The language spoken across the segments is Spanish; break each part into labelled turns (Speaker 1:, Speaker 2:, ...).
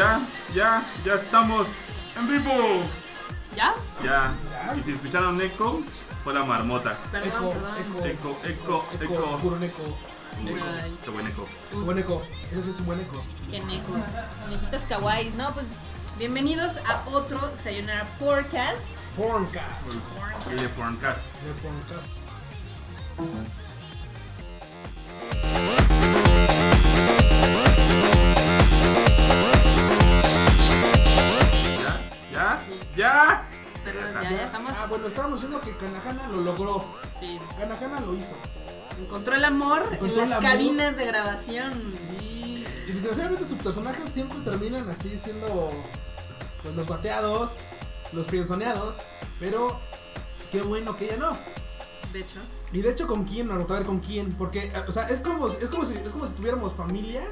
Speaker 1: Ya, ya estamos en vivo.
Speaker 2: ¿Ya?
Speaker 1: Ya. Y si escucharon eco, fue la marmota.
Speaker 2: Perdón,
Speaker 3: Eco,
Speaker 2: perdón.
Speaker 1: Eco, eco, eco.
Speaker 3: puro eco.
Speaker 2: Ay,
Speaker 1: Qué buen eco.
Speaker 3: Un buen eco. Ese sí es un buen eco.
Speaker 2: Qué necos. Muñequitos kawaiis, ¿no? Pues bienvenidos a otro Sayonara Podcast.
Speaker 3: Porncast.
Speaker 1: Y de Porncast.
Speaker 3: De porncast.
Speaker 1: Ya, ya, ya.
Speaker 2: Perdón, ya, ya estamos.
Speaker 3: Ah, bueno, estábamos diciendo que Kanahana lo logró.
Speaker 2: Sí.
Speaker 3: Kanahana lo hizo.
Speaker 2: Encontró el amor en
Speaker 3: Encontró el
Speaker 2: las
Speaker 3: amor.
Speaker 2: cabinas de grabación.
Speaker 3: Sí. Y desgraciadamente sus personajes siempre terminan así siendo pues, los bateados, los frienzoneados. Pero qué bueno que ella no.
Speaker 2: De hecho,
Speaker 3: Y de hecho con quién, no, a ver con quién, porque, eh, o sea, es como, es como si, es como si tuviéramos familias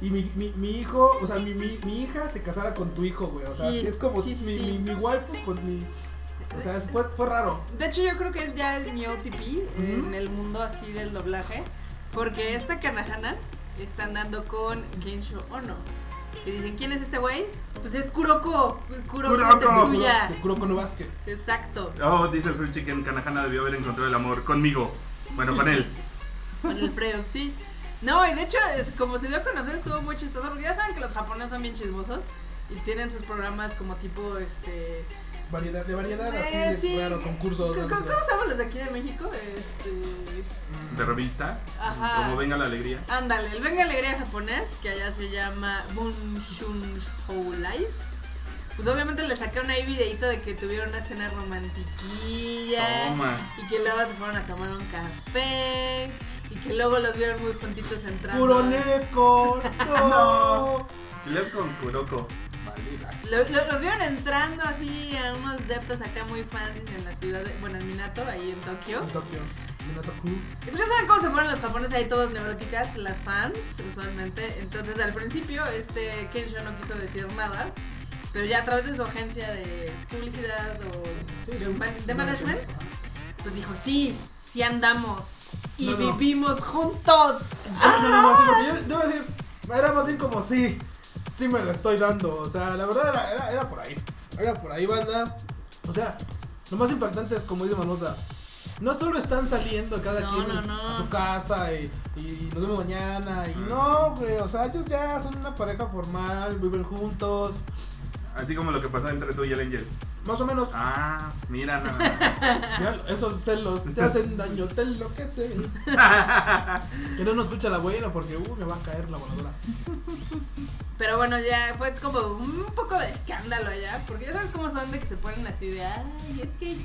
Speaker 3: y mi, mi, mi hijo, o sea, mi, mi, mi hija se casara con tu hijo, güey, o sea,
Speaker 2: Sí,
Speaker 3: es como
Speaker 2: sí, sí,
Speaker 3: mi,
Speaker 2: sí.
Speaker 3: mi, mi waifu con mi, o sea, es- fue, fue raro.
Speaker 2: de hecho yo creo que es ya es mi OTP eh, en
Speaker 3: Ujú.
Speaker 2: el mundo así del doblaje, porque esta Kanahana está andando con Kensho Ono. Y dicen, ¿quién es este güey? Pues es Kuroko, Kuroko,
Speaker 1: Kuroko.
Speaker 2: Tetsuya.
Speaker 3: De Kuroko no Basket.
Speaker 2: Exacto,
Speaker 1: Oh, dice el Fruit Chicken, Kanahana debió haber encontrado el amor conmigo. Bueno, con él.
Speaker 2: con el Fredo, sí. No, y de hecho, es, como se dio a conocer, estuvo muy chistoso, porque ya saben que los japoneses son bien chismosos y tienen sus programas como tipo, este...
Speaker 3: Variedad, de variedad, así,
Speaker 2: eh,
Speaker 3: de, claro, concursos.
Speaker 2: ¿Cómo,
Speaker 3: algo
Speaker 2: cómo
Speaker 3: así.
Speaker 2: se llaman los de aquí de México? Este...
Speaker 1: De revista.
Speaker 2: Ajá.
Speaker 1: Como venga la alegría.
Speaker 2: Ándale, el Venga Alegría japonés, que allá se llama Bunshun Show Life. Pues obviamente le sacaron ahí videito de que tuvieron una cena romantiquilla.
Speaker 1: Toma.
Speaker 2: Y que luego se fueron a tomar un café. Y que luego los vieron muy juntitos entrando.
Speaker 3: Kuroneko, no.
Speaker 1: Y luego con Kuroko. Vale.
Speaker 2: Lo- lo- los vieron entrando así a unos deptos acá muy fancies en la ciudad de. Bueno, en Minato, ahí en Tokio.
Speaker 3: En Tokio, Minatoku.
Speaker 2: Y pues ya saben cómo se ponen los japoneses ahí todos neuróticas, las fans, usualmente. Entonces al principio este Kensho no quiso decir nada, pero ya a través de su agencia de publicidad o
Speaker 3: Sí,
Speaker 2: de,
Speaker 3: sí.
Speaker 2: man- de management, pues dijo, sí, sí andamos y
Speaker 3: No, no.
Speaker 2: vivimos juntos.
Speaker 3: Ah, No, no, no, sí, porque yo, yo iba a decir, era más bien como sí, sí me la estoy dando. O sea, la verdad era, era, era por ahí. Era por ahí, banda. O sea, lo más impactante es como dice Manota. No solo están saliendo cada
Speaker 2: No,
Speaker 3: quien
Speaker 2: no, no.
Speaker 3: a su casa y, y nos vemos mañana. Y no, güey, o sea, ellos ya son una pareja formal, viven juntos,
Speaker 1: Así como lo que pasó entre tú y el Angel.
Speaker 3: más o menos.
Speaker 1: Ah, mira nada más.
Speaker 2: Ah.
Speaker 3: Ya, esos celos te hacen daño, te enloquece. que no nos escucha la buena porque, uh, me va a caer la voladora.
Speaker 2: Pero bueno, ya fue como un poco de escándalo ya, porque ya sabes cómo son de que se ponen así de, ay, es que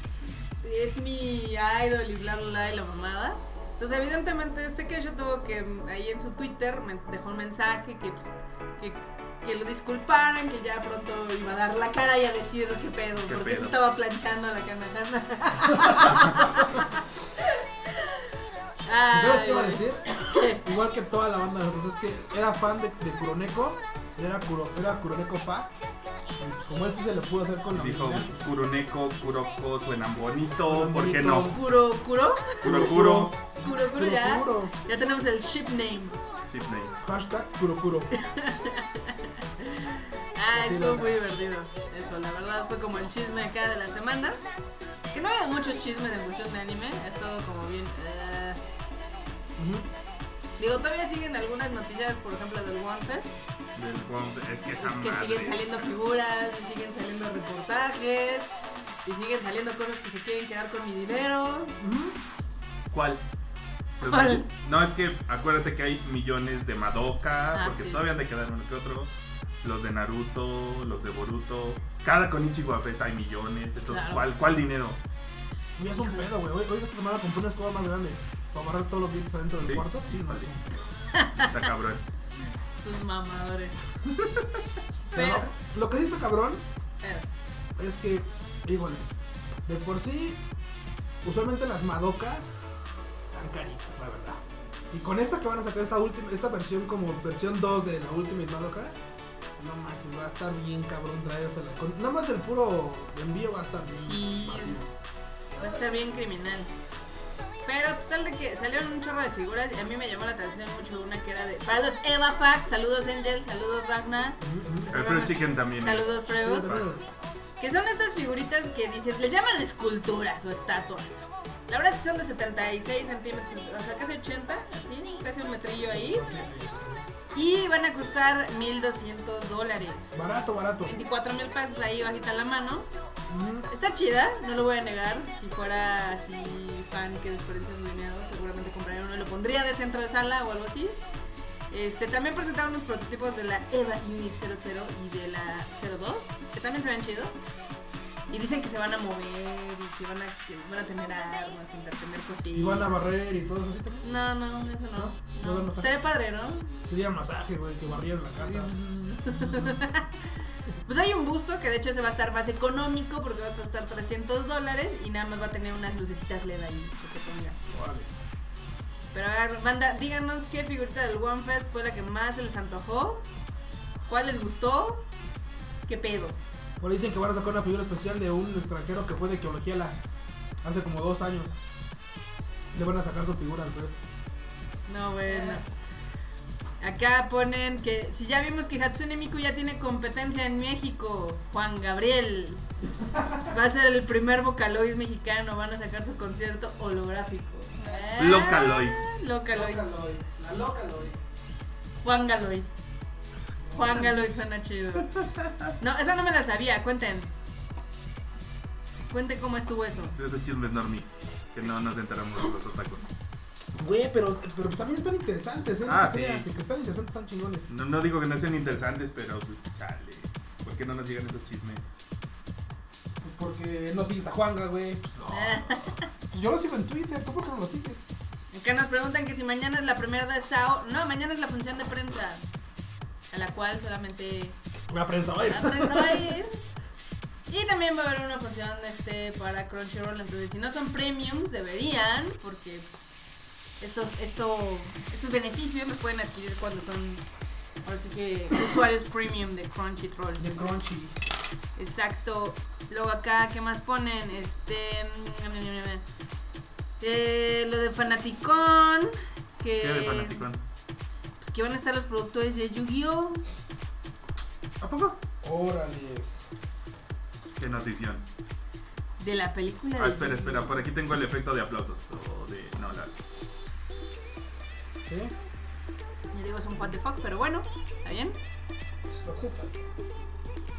Speaker 2: es mi idol y bla, bla, bla, y la mamada. Entonces, evidentemente, este que yo tuvo que, mm, ahí en su Twitter, me dejó un mensaje que, pues, que, que lo disculparan, que ya pronto iba a dar la cara y a decir qué pedo,
Speaker 1: ¿Qué
Speaker 2: porque
Speaker 1: pedo?
Speaker 2: se estaba planchando la canajana.
Speaker 3: ¿Y ¿Sabes qué iba a decir?
Speaker 2: ¿Qué?
Speaker 3: Igual que toda la banda de nosotros, es que era fan de, de Kuroneko, era, Kuro, era Kuroneko fa. Como él sí se le pudo hacer con la
Speaker 1: Dijo
Speaker 3: mina.
Speaker 1: Kuroneko, Kuroko, suenan bonito.
Speaker 3: Suenan
Speaker 1: ¿Por qué no?
Speaker 3: bonito.
Speaker 2: ¿Curo, curo?
Speaker 1: Kuro Kuro.
Speaker 2: ¿Curo, curo ya?
Speaker 3: Kurokuro.
Speaker 2: Ya tenemos el ship name.
Speaker 1: Shipley.
Speaker 3: Hashtag Kurokuro.
Speaker 2: Ah,
Speaker 3: Así
Speaker 2: estuvo
Speaker 3: la-
Speaker 2: muy divertido. Eso, la verdad fue como el chisme acá de la semana. Que no ha habido muchos chismes en cuestión de anime, es todo como bien. eh.
Speaker 3: Ujú.
Speaker 2: Digo, todavía siguen algunas noticias, por ejemplo, del One Fest.
Speaker 1: Del Juan- Es que esa
Speaker 2: Es que
Speaker 1: madre.
Speaker 2: siguen saliendo figuras, y siguen saliendo reportajes, y siguen saliendo cosas que se quieren quedar con mi dinero.
Speaker 1: ¿Cuál? Los
Speaker 2: ¿Cuál?
Speaker 1: de- No, es que acuérdate que hay millones de Madoka,
Speaker 2: Ah,
Speaker 1: porque
Speaker 2: sí.
Speaker 1: todavía te quedan uno que otro. Los de Naruto, los de Boruto. Cada con Fest hay millones. Entonces,
Speaker 2: Claro.
Speaker 1: ¿cuál, ¿cuál dinero?
Speaker 3: Ya es un pedo, güey. Hoy, hoy esta semana compré una escoba más grande. Para barrer todos los dientes adentro del
Speaker 1: Sí.
Speaker 3: cuarto. Sí, no
Speaker 1: Vale.
Speaker 3: sé.
Speaker 1: Está cabrón.
Speaker 2: Tus mamadores.
Speaker 3: Pero
Speaker 2: Pero,
Speaker 3: lo que sí está cabrón
Speaker 2: pero,
Speaker 3: es que, híjole, de por sí, usualmente las madocas están caritas, la verdad. Y con esta que van a sacar, esta última, esta versión como versión 2 de la Ultimate Madoka, no manches, va a estar bien cabrón traérsela. Con, nada más el puro envío va a estar bien.
Speaker 2: Sí.
Speaker 3: fácil.
Speaker 2: va a estar bien criminal. Pero total de que salieron un chorro de figuras y a mí me llamó la atención mucho una que era de... Para los Eva Fax, saludos Angel, saludos Ragnar.
Speaker 1: El Fruit Chicken también.
Speaker 2: Saludos Freud.
Speaker 1: Fíjate.
Speaker 2: Que son estas figuritas que dicen, les llaman esculturas o estatuas. La verdad es que son de 76 centímetros, o sea, casi 80, así, casi un metrillo ahí. Y van a costar 1.200 dólares.
Speaker 3: Barato, barato.
Speaker 2: 24 mil pesos ahí bajita la mano.
Speaker 3: Ujú.
Speaker 2: Está chida, no lo voy a negar. Si fuera así fan que desperdicia su dinero, seguramente compraría uno y lo pondría de centro de sala o algo así. Este, también presentaron unos prototipos de la Eva Unit 00 y de la 02, que también se ven chidos. Y dicen que se van a mover y que van a, que van a tener armas, intercambiar
Speaker 3: Y van a
Speaker 2: cosillas.
Speaker 3: barrer y todo eso. así también.
Speaker 2: No, no, eso no.
Speaker 3: No
Speaker 2: no.
Speaker 3: dan masaje.
Speaker 2: Estaría padre, ¿no?
Speaker 3: Sería masaje, güey, que barrieron la casa.
Speaker 2: Pues hay un busto que de hecho se va a estar más económico porque va a costar 300 dólares y nada más va a tener unas lucecitas LED ahí que te pongas.
Speaker 3: Órale.
Speaker 2: Pero a ver, banda, díganos qué figurita del One Fest fue la que más se les antojó, cuál les gustó, qué pedo.
Speaker 3: Por ahí dicen que van a sacar una figura especial de un extranjero que fue de Geología la hace como dos años. Le van a sacar su figura al revés.
Speaker 2: No, bueno. Acá ponen que si ya vimos que Hatsune Miku ya tiene competencia en México, Juan Gabriel va a ser el primer vocaloid mexicano, van a sacar su concierto holográfico. Ah,
Speaker 1: Localoid.
Speaker 2: Localoid.
Speaker 3: La loca Lloyd.
Speaker 2: Juan Galoid. Juan Galoid suena chido. No, esa no me la sabía, cuenten. Cuenten cómo estuvo eso.
Speaker 1: De esos chismes normies. Que no nos enteramos de los otacos.
Speaker 3: Güey, pero, pero pues también están interesantes, ¿eh? No
Speaker 1: Ah,
Speaker 3: te
Speaker 1: sí.
Speaker 3: creas, que están interesantes, están chingones.
Speaker 1: No, no digo que no sean interesantes, pero pues, chale. ¿Por qué no nos llegan esos chismes?
Speaker 3: Pues Porque no sigues a Juanga, güey. Pues, no. Pues yo lo sigo en Twitter, ¿tú por qué no lo sigues?
Speaker 2: Acá nos preguntan que si mañana es la primera de SAO. No, mañana es la función de prensa. A la cual solamente
Speaker 3: La prensa va a ir.
Speaker 2: la prensa va a ir. Y también va a haber una función este, para Crunchyroll. Entonces, si no son premiums, deberían. Porque estos, esto, estos beneficios los pueden adquirir cuando son. Ahora sí que usuarios premium de Crunchyroll.
Speaker 3: De Crunchy.
Speaker 2: Exacto. Luego acá, ¿qué más ponen? Este. mm, eh, lo de Fanaticón. Que,
Speaker 1: ¿Qué de fanaticón?
Speaker 2: pues, que van a estar los productores de Yu-Gi-Oh!
Speaker 1: ¿A poco?
Speaker 3: Órale.
Speaker 1: Qué notición.
Speaker 2: De la película
Speaker 1: Ah,
Speaker 2: de
Speaker 1: espera,
Speaker 2: Yu-Gi-Oh.
Speaker 1: espera. Por aquí tengo el efecto de aplausos. O de. No, la.
Speaker 3: ¿Sí?
Speaker 2: Yo digo, es un what the fuck, pero bueno, está bien.
Speaker 3: Pues lo acepta.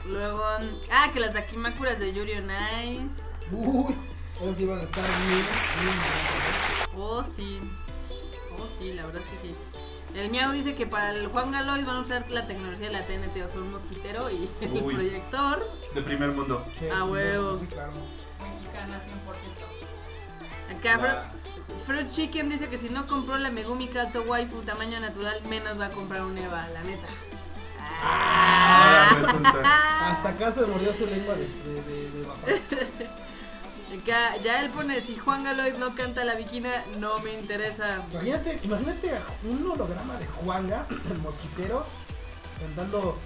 Speaker 2: Luego, mm, ah, que las Dakimakuras de Yuri on Ice.
Speaker 3: Uy, ellos iban a estar bien, bien mal.
Speaker 2: Oh, sí. Oh, sí, la verdad es que sí. El Miau dice que para el Juan Galois van a usar la tecnología de la TNT, o sea, un mosquitero y el
Speaker 1: Uy.
Speaker 2: proyector.
Speaker 1: De primer mundo.
Speaker 3: Sí,
Speaker 2: Ah, huevo.
Speaker 3: Sí, claro.
Speaker 2: Mexicana 100%. Acá Fru- Fruit Chicken dice que si no compró la Megumi Kato Waifu tamaño natural, menos va a comprar un Eva, la neta. Ah.
Speaker 1: Ahora resulta.
Speaker 3: Hasta acá se mordió su lengua de, de, de, de bajar.
Speaker 2: Acá ya él pone, si Juan Galois no canta la bikina, no me interesa.
Speaker 3: Imagínate, imagínate a un holograma de Juanga, el mosquitero, cantando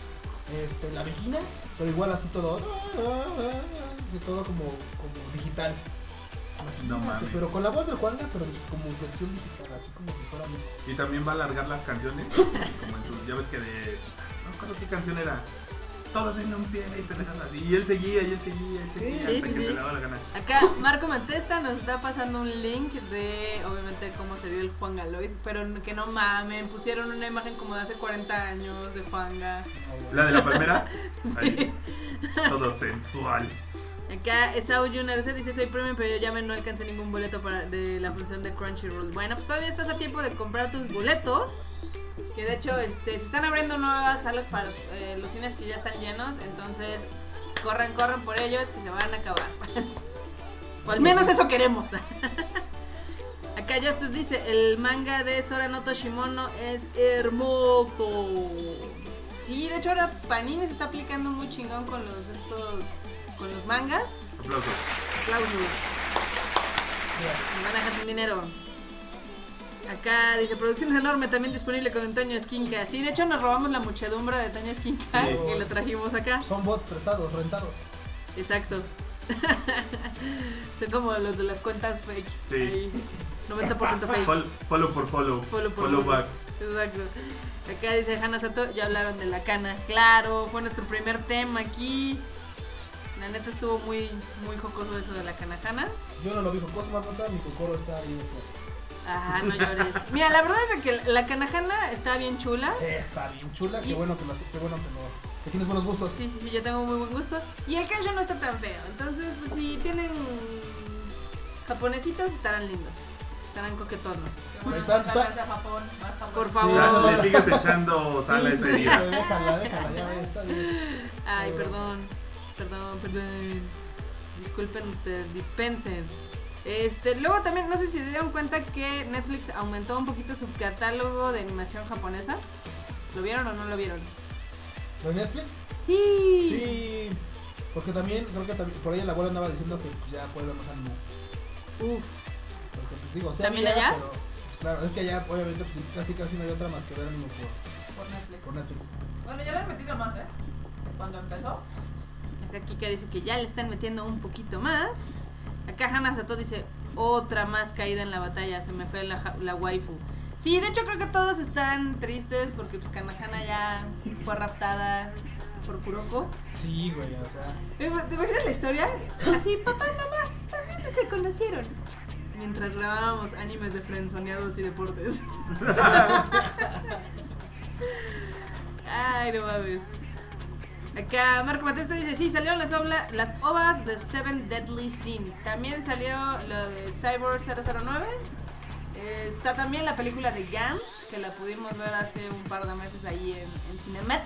Speaker 3: este, la vecina, pero igual así todo, de todo como, como digital. Imagínate,
Speaker 1: No mames.
Speaker 3: Pero con la voz del Juanga, pero como versión digital, así como si fuera mi-
Speaker 1: Y también va a alargar las canciones. Como en sus. Ya ves que de. No recuerdo qué canción era. Todos en un pie y te dejan así. Y él seguía, y él seguía, y él seguía. hasta
Speaker 2: Sí, sí,
Speaker 1: que
Speaker 2: sí.
Speaker 1: se le daba la gana.
Speaker 2: Acá Marco Mantesta nos está pasando un link de, obviamente, cómo se vio el Juan Galois, pero que no mamen, pusieron una imagen como de hace 40 años de Juanga.
Speaker 1: La de la palmera. Ahí. Todo sensual.
Speaker 2: Acá Sao Junior se dice soy premium pero yo ya me no alcancé ningún boleto para, de la función de Crunchyroll. Bueno, pues todavía estás a tiempo de comprar tus boletos. Que de hecho este, se están abriendo nuevas salas para eh, los cines que ya están llenos. Entonces, corran, corran por ellos que se van a acabar. o al menos eso queremos. Acá Justin dice, el manga de Sora no Toshimono es hermoso. Sí, de hecho ahora Panini se está aplicando muy chingón con los estos con los mangas.
Speaker 1: Aplausos.
Speaker 2: Aplausos. Me van a dejar sin dinero. Acá dice Producciones Enorme, también disponible con Toño Esquinca. Sí, de hecho nos robamos la muchedumbre de Toño Esquinca
Speaker 1: Sí.
Speaker 2: que lo trajimos acá.
Speaker 3: Son bots prestados, rentados.
Speaker 2: Exacto. Son como los de las cuentas fake.
Speaker 1: Sí.
Speaker 2: Ahí. 90% fake.
Speaker 1: Fol- Follow por follow.
Speaker 2: Follow por
Speaker 1: follow
Speaker 2: follow.
Speaker 1: back.
Speaker 2: Exacto. Acá dice Hannah Sato, ya hablaron de la cana. Claro, fue nuestro primer tema aquí. La neta estuvo muy, muy jocoso eso de la cana Hannah.
Speaker 3: Yo no lo vi con cosa más nota, mi cocoro está bien.
Speaker 2: Ah, no llores. Mira, la verdad es de que la canajana está bien chula.
Speaker 3: Está bien chula, qué
Speaker 2: Y-
Speaker 3: bueno que lo qué bueno que lo que tienes buenos gustos.
Speaker 2: Sí, sí, sí, yo tengo muy buen gusto. Y el kanjo no está tan feo. Entonces, pues si tienen japonesitos, estarán lindos. Estarán coquetones.
Speaker 3: Ahí
Speaker 4: Bueno,
Speaker 3: está,
Speaker 4: la
Speaker 3: está-
Speaker 4: casa a Japón, más Japón.
Speaker 2: Por
Speaker 1: Le-
Speaker 2: favor.
Speaker 1: Le sigues echando sal a
Speaker 3: Sí,
Speaker 1: ese
Speaker 3: sí,
Speaker 1: día.
Speaker 3: déjala, déjala, ya ve, está bien.
Speaker 2: Ay, perdón, perdón, perdón. Disculpen ustedes, dispensen. Este, luego también, no sé si se dieron cuenta que Netflix aumentó un poquito su catálogo de animación japonesa. ¿Lo vieron o no lo vieron?
Speaker 3: ¿Lo de Netflix?
Speaker 2: Sí.
Speaker 3: Sí. Porque también, creo que también, por ahí el abuelo andaba diciendo que pues, ya puede ver más anime.
Speaker 2: Uf.
Speaker 3: Porque, pues, digo, sí
Speaker 2: ¿También
Speaker 3: había,
Speaker 2: allá?
Speaker 3: pero, pues, claro, es que allá obviamente pues, casi casi no hay otra más que ver anime por,
Speaker 4: Por Netflix.
Speaker 3: por Netflix.
Speaker 4: Bueno, ya le he metido más, ¿eh? De Cuando empezó.
Speaker 2: Acá Kika Este dice que ya le están metiendo un poquito más. Acá Hannah Sato dice otra más caída en la batalla. Se me fue la, ja- la waifu. Sí, de hecho creo que todos están tristes porque pues Kanahana ya fue raptada por Kuroko.
Speaker 3: Sí, güey, o sea.
Speaker 2: ¿Te imaginas la historia? Así, papá y mamá también se conocieron. Mientras grabábamos animes de frenzoneados y deportes. Ay, no mames. Acá Marco Batista dice, sí, salieron las, obla- las ovas de Seven Deadly Sins. También salió lo de Cyber 009. Eh, está también la película de Gantz, que la pudimos ver hace un par de meses ahí en, en Cinemex.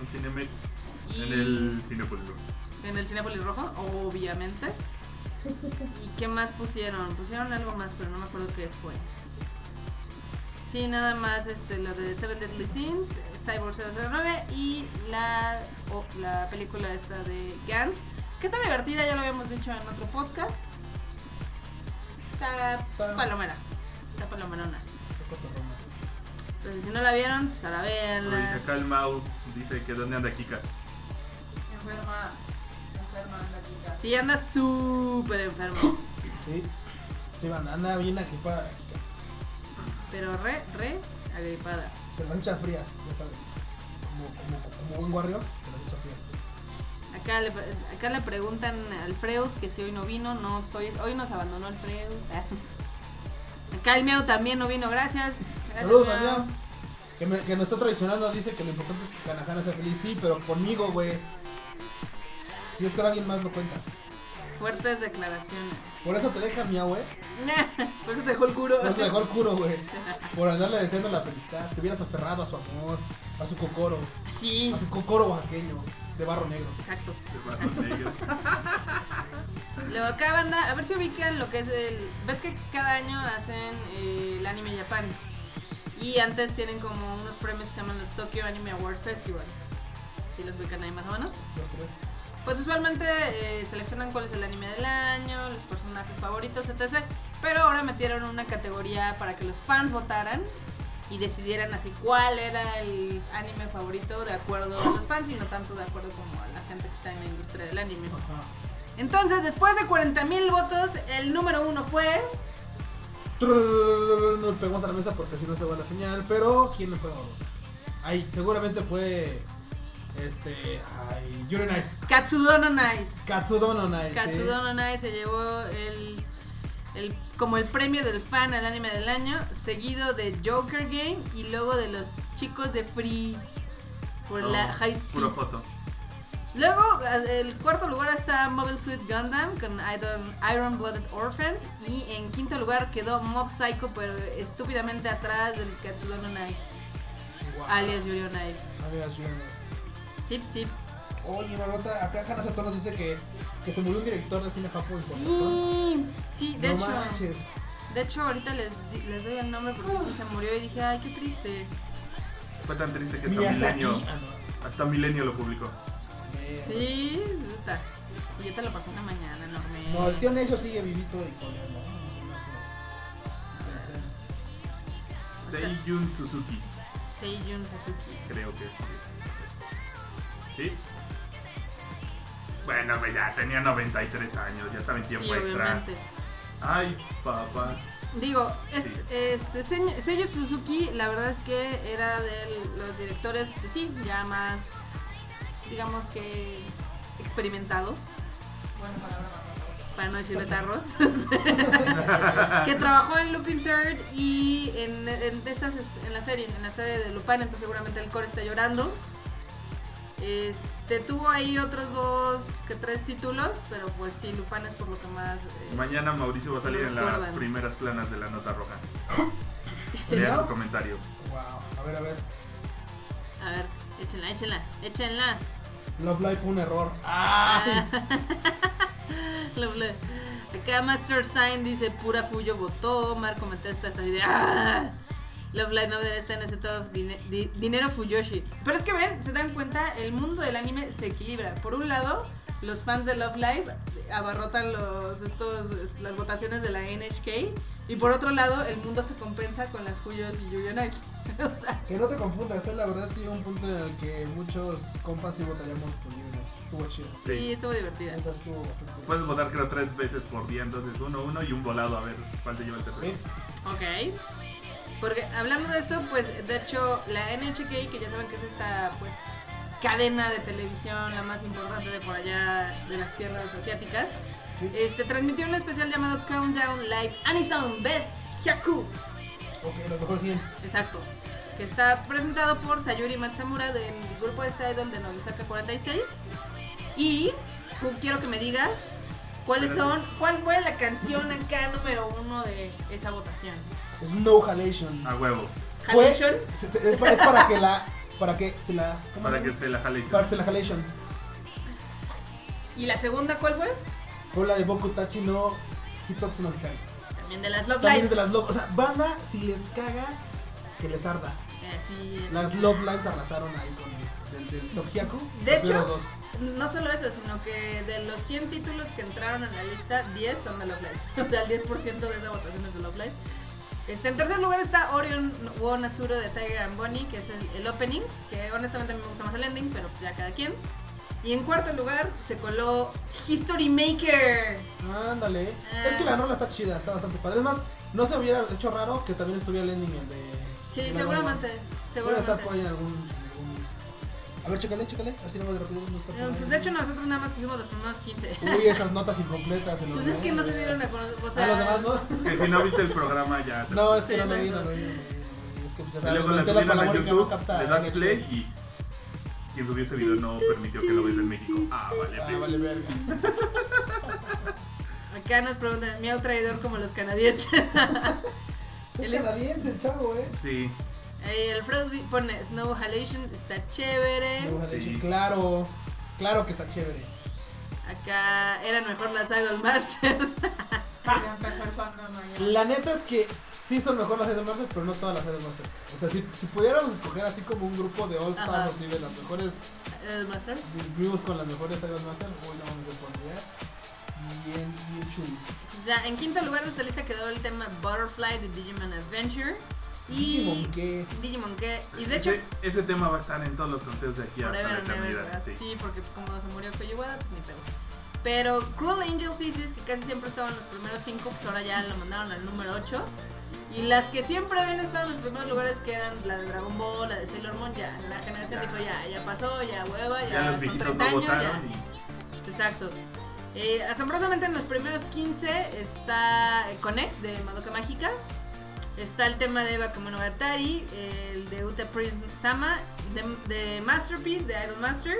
Speaker 1: Un Cinemex
Speaker 2: Y-
Speaker 1: en el Cinepolis.
Speaker 2: en el Cinépolis Rojo, obviamente. ¿Y qué más pusieron? Pusieron algo más, pero no me acuerdo qué fue. Sí, nada más este, lo de Seven Deadly Sins, Cyborg 009 y la, o- la película esta de Gantz, que está divertida, ya lo habíamos dicho en otro podcast. Está
Speaker 3: Está-
Speaker 2: palomera, está palomerona.
Speaker 3: qué cotorrona.
Speaker 2: Entonces, si no la vieron, pues ahora
Speaker 1: Dice
Speaker 2: véanla.
Speaker 1: acá el Mau, dice que dónde anda Kika.
Speaker 4: Enferma. Enferma anda chica.
Speaker 2: Sí, anda súper enfermo,
Speaker 3: Sí. Sí, van, anda bien aquí para.
Speaker 2: pero re, re agripada.
Speaker 3: Se las echa frías, ya sabes. Como, como, como buen guarrio, se las echa frías.
Speaker 2: Acá le, acá le preguntan al Freud que si hoy no vino, no, soy, hoy nos abandonó el Freud. Acá el Miau también no vino, gracias. gracias
Speaker 3: Saludos,
Speaker 2: Miau.
Speaker 3: Adrián. Que, me- que nos está traicionando, dice que lo importante es que Kanahana sea feliz. Sí, pero conmigo, güey. Si es que alguien más lo cuenta.
Speaker 2: Fuertes declaraciones.
Speaker 3: Por eso te deja mía, güey.
Speaker 2: Por eso te dejó el culo.
Speaker 3: Por eso te dejó el curo, güey. Por andarle deseando la felicidad. Te hubieras aferrado a su amor, a su cocoro,
Speaker 2: Sí,
Speaker 3: a su cocoro oaxaqueño de barro negro.
Speaker 2: exacto.
Speaker 1: El barro negro.
Speaker 2: Luego acá banda, a ver si ubican lo que es el... ¿Ves que cada año hacen eh, el anime Japan? Y antes tienen como unos premios que se llaman los Tokyo Anime Award Festival. Si los ubican ahí más o menos.
Speaker 3: Los tres.
Speaker 2: Pues usualmente eh, seleccionan cuál es el anime del año, los personajes favoritos, etc. Pero ahora metieron una categoría para que los fans votaran y decidieran así cuál era el anime favorito de acuerdo a los fans y no tanto de acuerdo como a la gente que está en la industria del anime.
Speaker 3: Ajá.
Speaker 2: Entonces, después de 40.000 votos, el número uno fue...
Speaker 3: Trrr, Nos pegamos a la mesa porque si no se va la señal. Pero, ¿quién le fue? Ay, seguramente fue. Este. Ay, Yuri Nice.
Speaker 2: Katsudono Nice.
Speaker 3: Katsudono Nice.
Speaker 2: Katsudono Nice se llevó el, el- como el premio del fan al anime del año, seguido de Joker Game y luego de los chicos de Free por la
Speaker 1: Oh,
Speaker 2: High
Speaker 1: Puro
Speaker 2: Speed.
Speaker 1: foto.
Speaker 2: Luego, eh, el cuarto lugar está Mobile Suit Gundam con Iron, Iron Blooded Orphans y en quinto lugar quedó Mob Psycho, pero estúpidamente atrás del Katsudono Nice,
Speaker 3: Guau.
Speaker 2: alias Yurio Nice.
Speaker 3: Alias Yuri Nice.
Speaker 2: Zip, zip.
Speaker 3: Oye, Marota, acá Hannah Sato nos dice que, que se murió un director de cine Japón.
Speaker 2: Sí, sí, de
Speaker 3: no
Speaker 2: hecho.
Speaker 3: manches.
Speaker 2: De hecho, ahorita les, di- les doy el nombre porque sí se murió y dije, ay, qué triste.
Speaker 1: Fue tan triste que hasta
Speaker 3: Miyazaki.
Speaker 1: Milenio,
Speaker 3: Ah, no.
Speaker 1: hasta Milenio lo publicó.
Speaker 3: Mierda.
Speaker 2: Sí, puta. Y yo te lo pasé en la mañana, enorme.
Speaker 3: No, el tío Necio sigue vivito y coleando. ¿no? No sé.
Speaker 1: Seiyun Suzuki,
Speaker 2: Seiyun Suzuki.
Speaker 1: creo que es. ¿Sí? Bueno, pues ya tenía 93 años, ya estaba en
Speaker 2: Sí,
Speaker 1: tiempo extra.
Speaker 2: obviamente.
Speaker 1: Ay, papá.
Speaker 2: Digo, este,
Speaker 1: Sí.
Speaker 2: este seño- sello Suzuki, la verdad es que era de los directores, pues sí, ya más, digamos que experimentados,
Speaker 4: Buena palabra, mamá.
Speaker 2: para no decir tarros, que trabajó en Lupin Third y en, en estas, este, en la serie, en la serie de Lupin, entonces seguramente el core está llorando. Este, tuvo ahí otros dos que tres títulos, pero pues sí, Lupin es por lo que más... eh,
Speaker 1: Mañana Mauricio va a salir en las
Speaker 2: Recuerdan.
Speaker 1: primeras planas de la nota roja. Lea su comentario.
Speaker 3: Wow, a ver, a ver.
Speaker 2: A ver, échenla, échenla, échenla.
Speaker 3: Love Life fue un error. Ah,
Speaker 2: Lovely. Acá Master Stein dice pura Fuyo votó, Marco Matesta está así de "Ah". Love Live no debería estar en ese top dine- di- dinero Fuyoshi. Pero es que ven, se dan cuenta, el mundo del anime se equilibra. Por un lado, los fans de Love Live abarrotan los, estos, est- las votaciones de la NHK. Y por otro lado, el mundo se compensa con las Fuyos y Yuya Nice. O sea,
Speaker 3: Que no te confundas, eh, la verdad es que llegó un punto en el que muchos compas sí votaríamos por Universe. Estuvo chido.
Speaker 2: y
Speaker 1: Sí.
Speaker 2: estuvo divertida.
Speaker 3: Entonces estuvo bastante
Speaker 1: Puedes votar creo tres veces por día, entonces uno, uno y un volado a ver cuál te lleva el tercero.
Speaker 3: Sí.
Speaker 2: Ok. Porque hablando de esto, pues de hecho la NHK, que ya saben que es esta pues cadena de televisión la más importante de por allá de las tierras asiáticas, este transmitió un especial llamado Countdown Live Anisound Best Shaku.
Speaker 3: Ok, lo mejor 100.
Speaker 2: Exacto. Que está presentado por Sayuri Matsamura del grupo de este idol de Novisaka 46. Y cu- quiero que me digas cuáles son, cuál fue la canción acá número uno de esa votación.
Speaker 3: Snow Halation.
Speaker 1: A huevo.
Speaker 3: Fue-
Speaker 2: Halation.
Speaker 3: se- se- es, pa- es para que la. Para que se la. ¿cómo
Speaker 1: Para
Speaker 3: se
Speaker 1: que
Speaker 3: llama?
Speaker 1: se la jale.
Speaker 3: Para que se la Halation.
Speaker 2: ¿Y la segunda cuál fue?
Speaker 3: Fue la de Boku Tachi no Hitotsu no Hikari.
Speaker 2: También de las Love
Speaker 3: También
Speaker 2: Lives.
Speaker 3: es de las Love. O sea, banda, si les caga, que les arda.
Speaker 2: Así es.
Speaker 3: Las Love Lives abrazaron ahí con del, del Tokiaku.
Speaker 2: De
Speaker 3: los
Speaker 2: hecho-
Speaker 3: primeros dos.
Speaker 2: No solo eso, sino que de los 100 títulos que entraron en la lista, 10 son de Love Live. O sea, el 10% de esa votación es de Love Live. Este, en tercer lugar está Orion Wo Nasuro de Tiger and Bonnie, que es el, el opening, que honestamente a mí me gusta más el ending, pero ya cada quien. Y en cuarto lugar se coló History Maker.
Speaker 3: Ándale.
Speaker 2: Ah.
Speaker 3: Es que la rola está chida, está bastante padre. Es más, no se hubiera hecho raro que también estuviera el ending el de.
Speaker 2: Sí,
Speaker 3: Dragon
Speaker 2: seguramente,
Speaker 3: Ball. Debe
Speaker 2: seguramente.
Speaker 3: estar por ahí en algún. en algún- A ver, chécale, chécale. Así nomás de rápido. no está por
Speaker 2: Eh,
Speaker 3: ahí.
Speaker 2: Pues de hecho nosotros nada más pusimos los primeros 15.
Speaker 3: Uy, esas notas incompletas. en los
Speaker 2: Pues es que no se
Speaker 3: nombres.
Speaker 2: dieron a conocer. O sea,
Speaker 3: A los demás, ¿no?
Speaker 1: Que si no viste el programa ya. te-
Speaker 3: No, es que
Speaker 2: Sí,
Speaker 3: no lo vi, no
Speaker 2: exacto.
Speaker 3: lo vi. no lo vi. Es que pues, ya
Speaker 1: Y
Speaker 3: sabes,
Speaker 1: luego la
Speaker 3: la tela
Speaker 1: subieron a
Speaker 3: parabólica no
Speaker 1: YouTube,
Speaker 3: capta.
Speaker 1: le das
Speaker 3: NHK.
Speaker 1: play y quien subió este video no permitió que lo veas en México. Ah, vale,
Speaker 3: Ah,
Speaker 1: ve.
Speaker 3: vale, verga.
Speaker 2: Acá nos preguntan, miau traidor como los canadienses.
Speaker 3: Es
Speaker 2: El-
Speaker 3: canadiense el chavo, eh.
Speaker 1: Sí,
Speaker 2: Eh, el Freud di- pone Snow Halation, está chévere.
Speaker 3: Dibuja de
Speaker 1: Sí.
Speaker 3: hecho, Claro, claro que está chévere.
Speaker 2: Acá eran mejor las Idol Masters.
Speaker 4: Ya empezó el fandom mañana.
Speaker 3: La neta es que sí son mejor las Idol Masters, pero no todas las Idol Masters. O sea, si, si pudiéramos escoger así como un grupo de All Stars,
Speaker 2: Ajá.
Speaker 3: así de las mejores,
Speaker 2: Idol Masters.
Speaker 3: mis vivos con las mejores Idol Masters, hoy no vamos a poner bien, bien chulis.
Speaker 2: Pues ya, en quinto lugar de esta lista quedó el tema Butterfly de Digimon Adventure. Y
Speaker 3: Digimon, ¿qué?
Speaker 2: Digimon que. Y de hecho,
Speaker 1: ese, ese tema va a estar en todos los conteos de aquí hasta
Speaker 2: Forever
Speaker 1: la
Speaker 2: and Ever. ¿verdad?
Speaker 1: eternidad.
Speaker 2: Sí.
Speaker 1: Sí.
Speaker 2: porque como se murió Koyiwada, pues, ni pedo. Pero Cruel Angel Thesis, que casi siempre estaban los primeros 5, pues ahora ya lo mandaron al número 8. Y las que siempre habían estado en los primeros lugares, que eran la de Dragon Ball, la de Sailor Moon, ya la generación dijo ya, ya pasó, ya hueva, ya,
Speaker 1: Ya los
Speaker 2: son
Speaker 1: viejitos
Speaker 2: 30
Speaker 1: no
Speaker 2: años, ya.
Speaker 1: votaron y
Speaker 2: Exacto. Eh, asombrosamente en los primeros 15 está eh, Connect de Madoka Mágica. Está el tema de Bakemonogatari, eh, el de Uta Prince Sama, de, de Masterpiece, de Idol Master.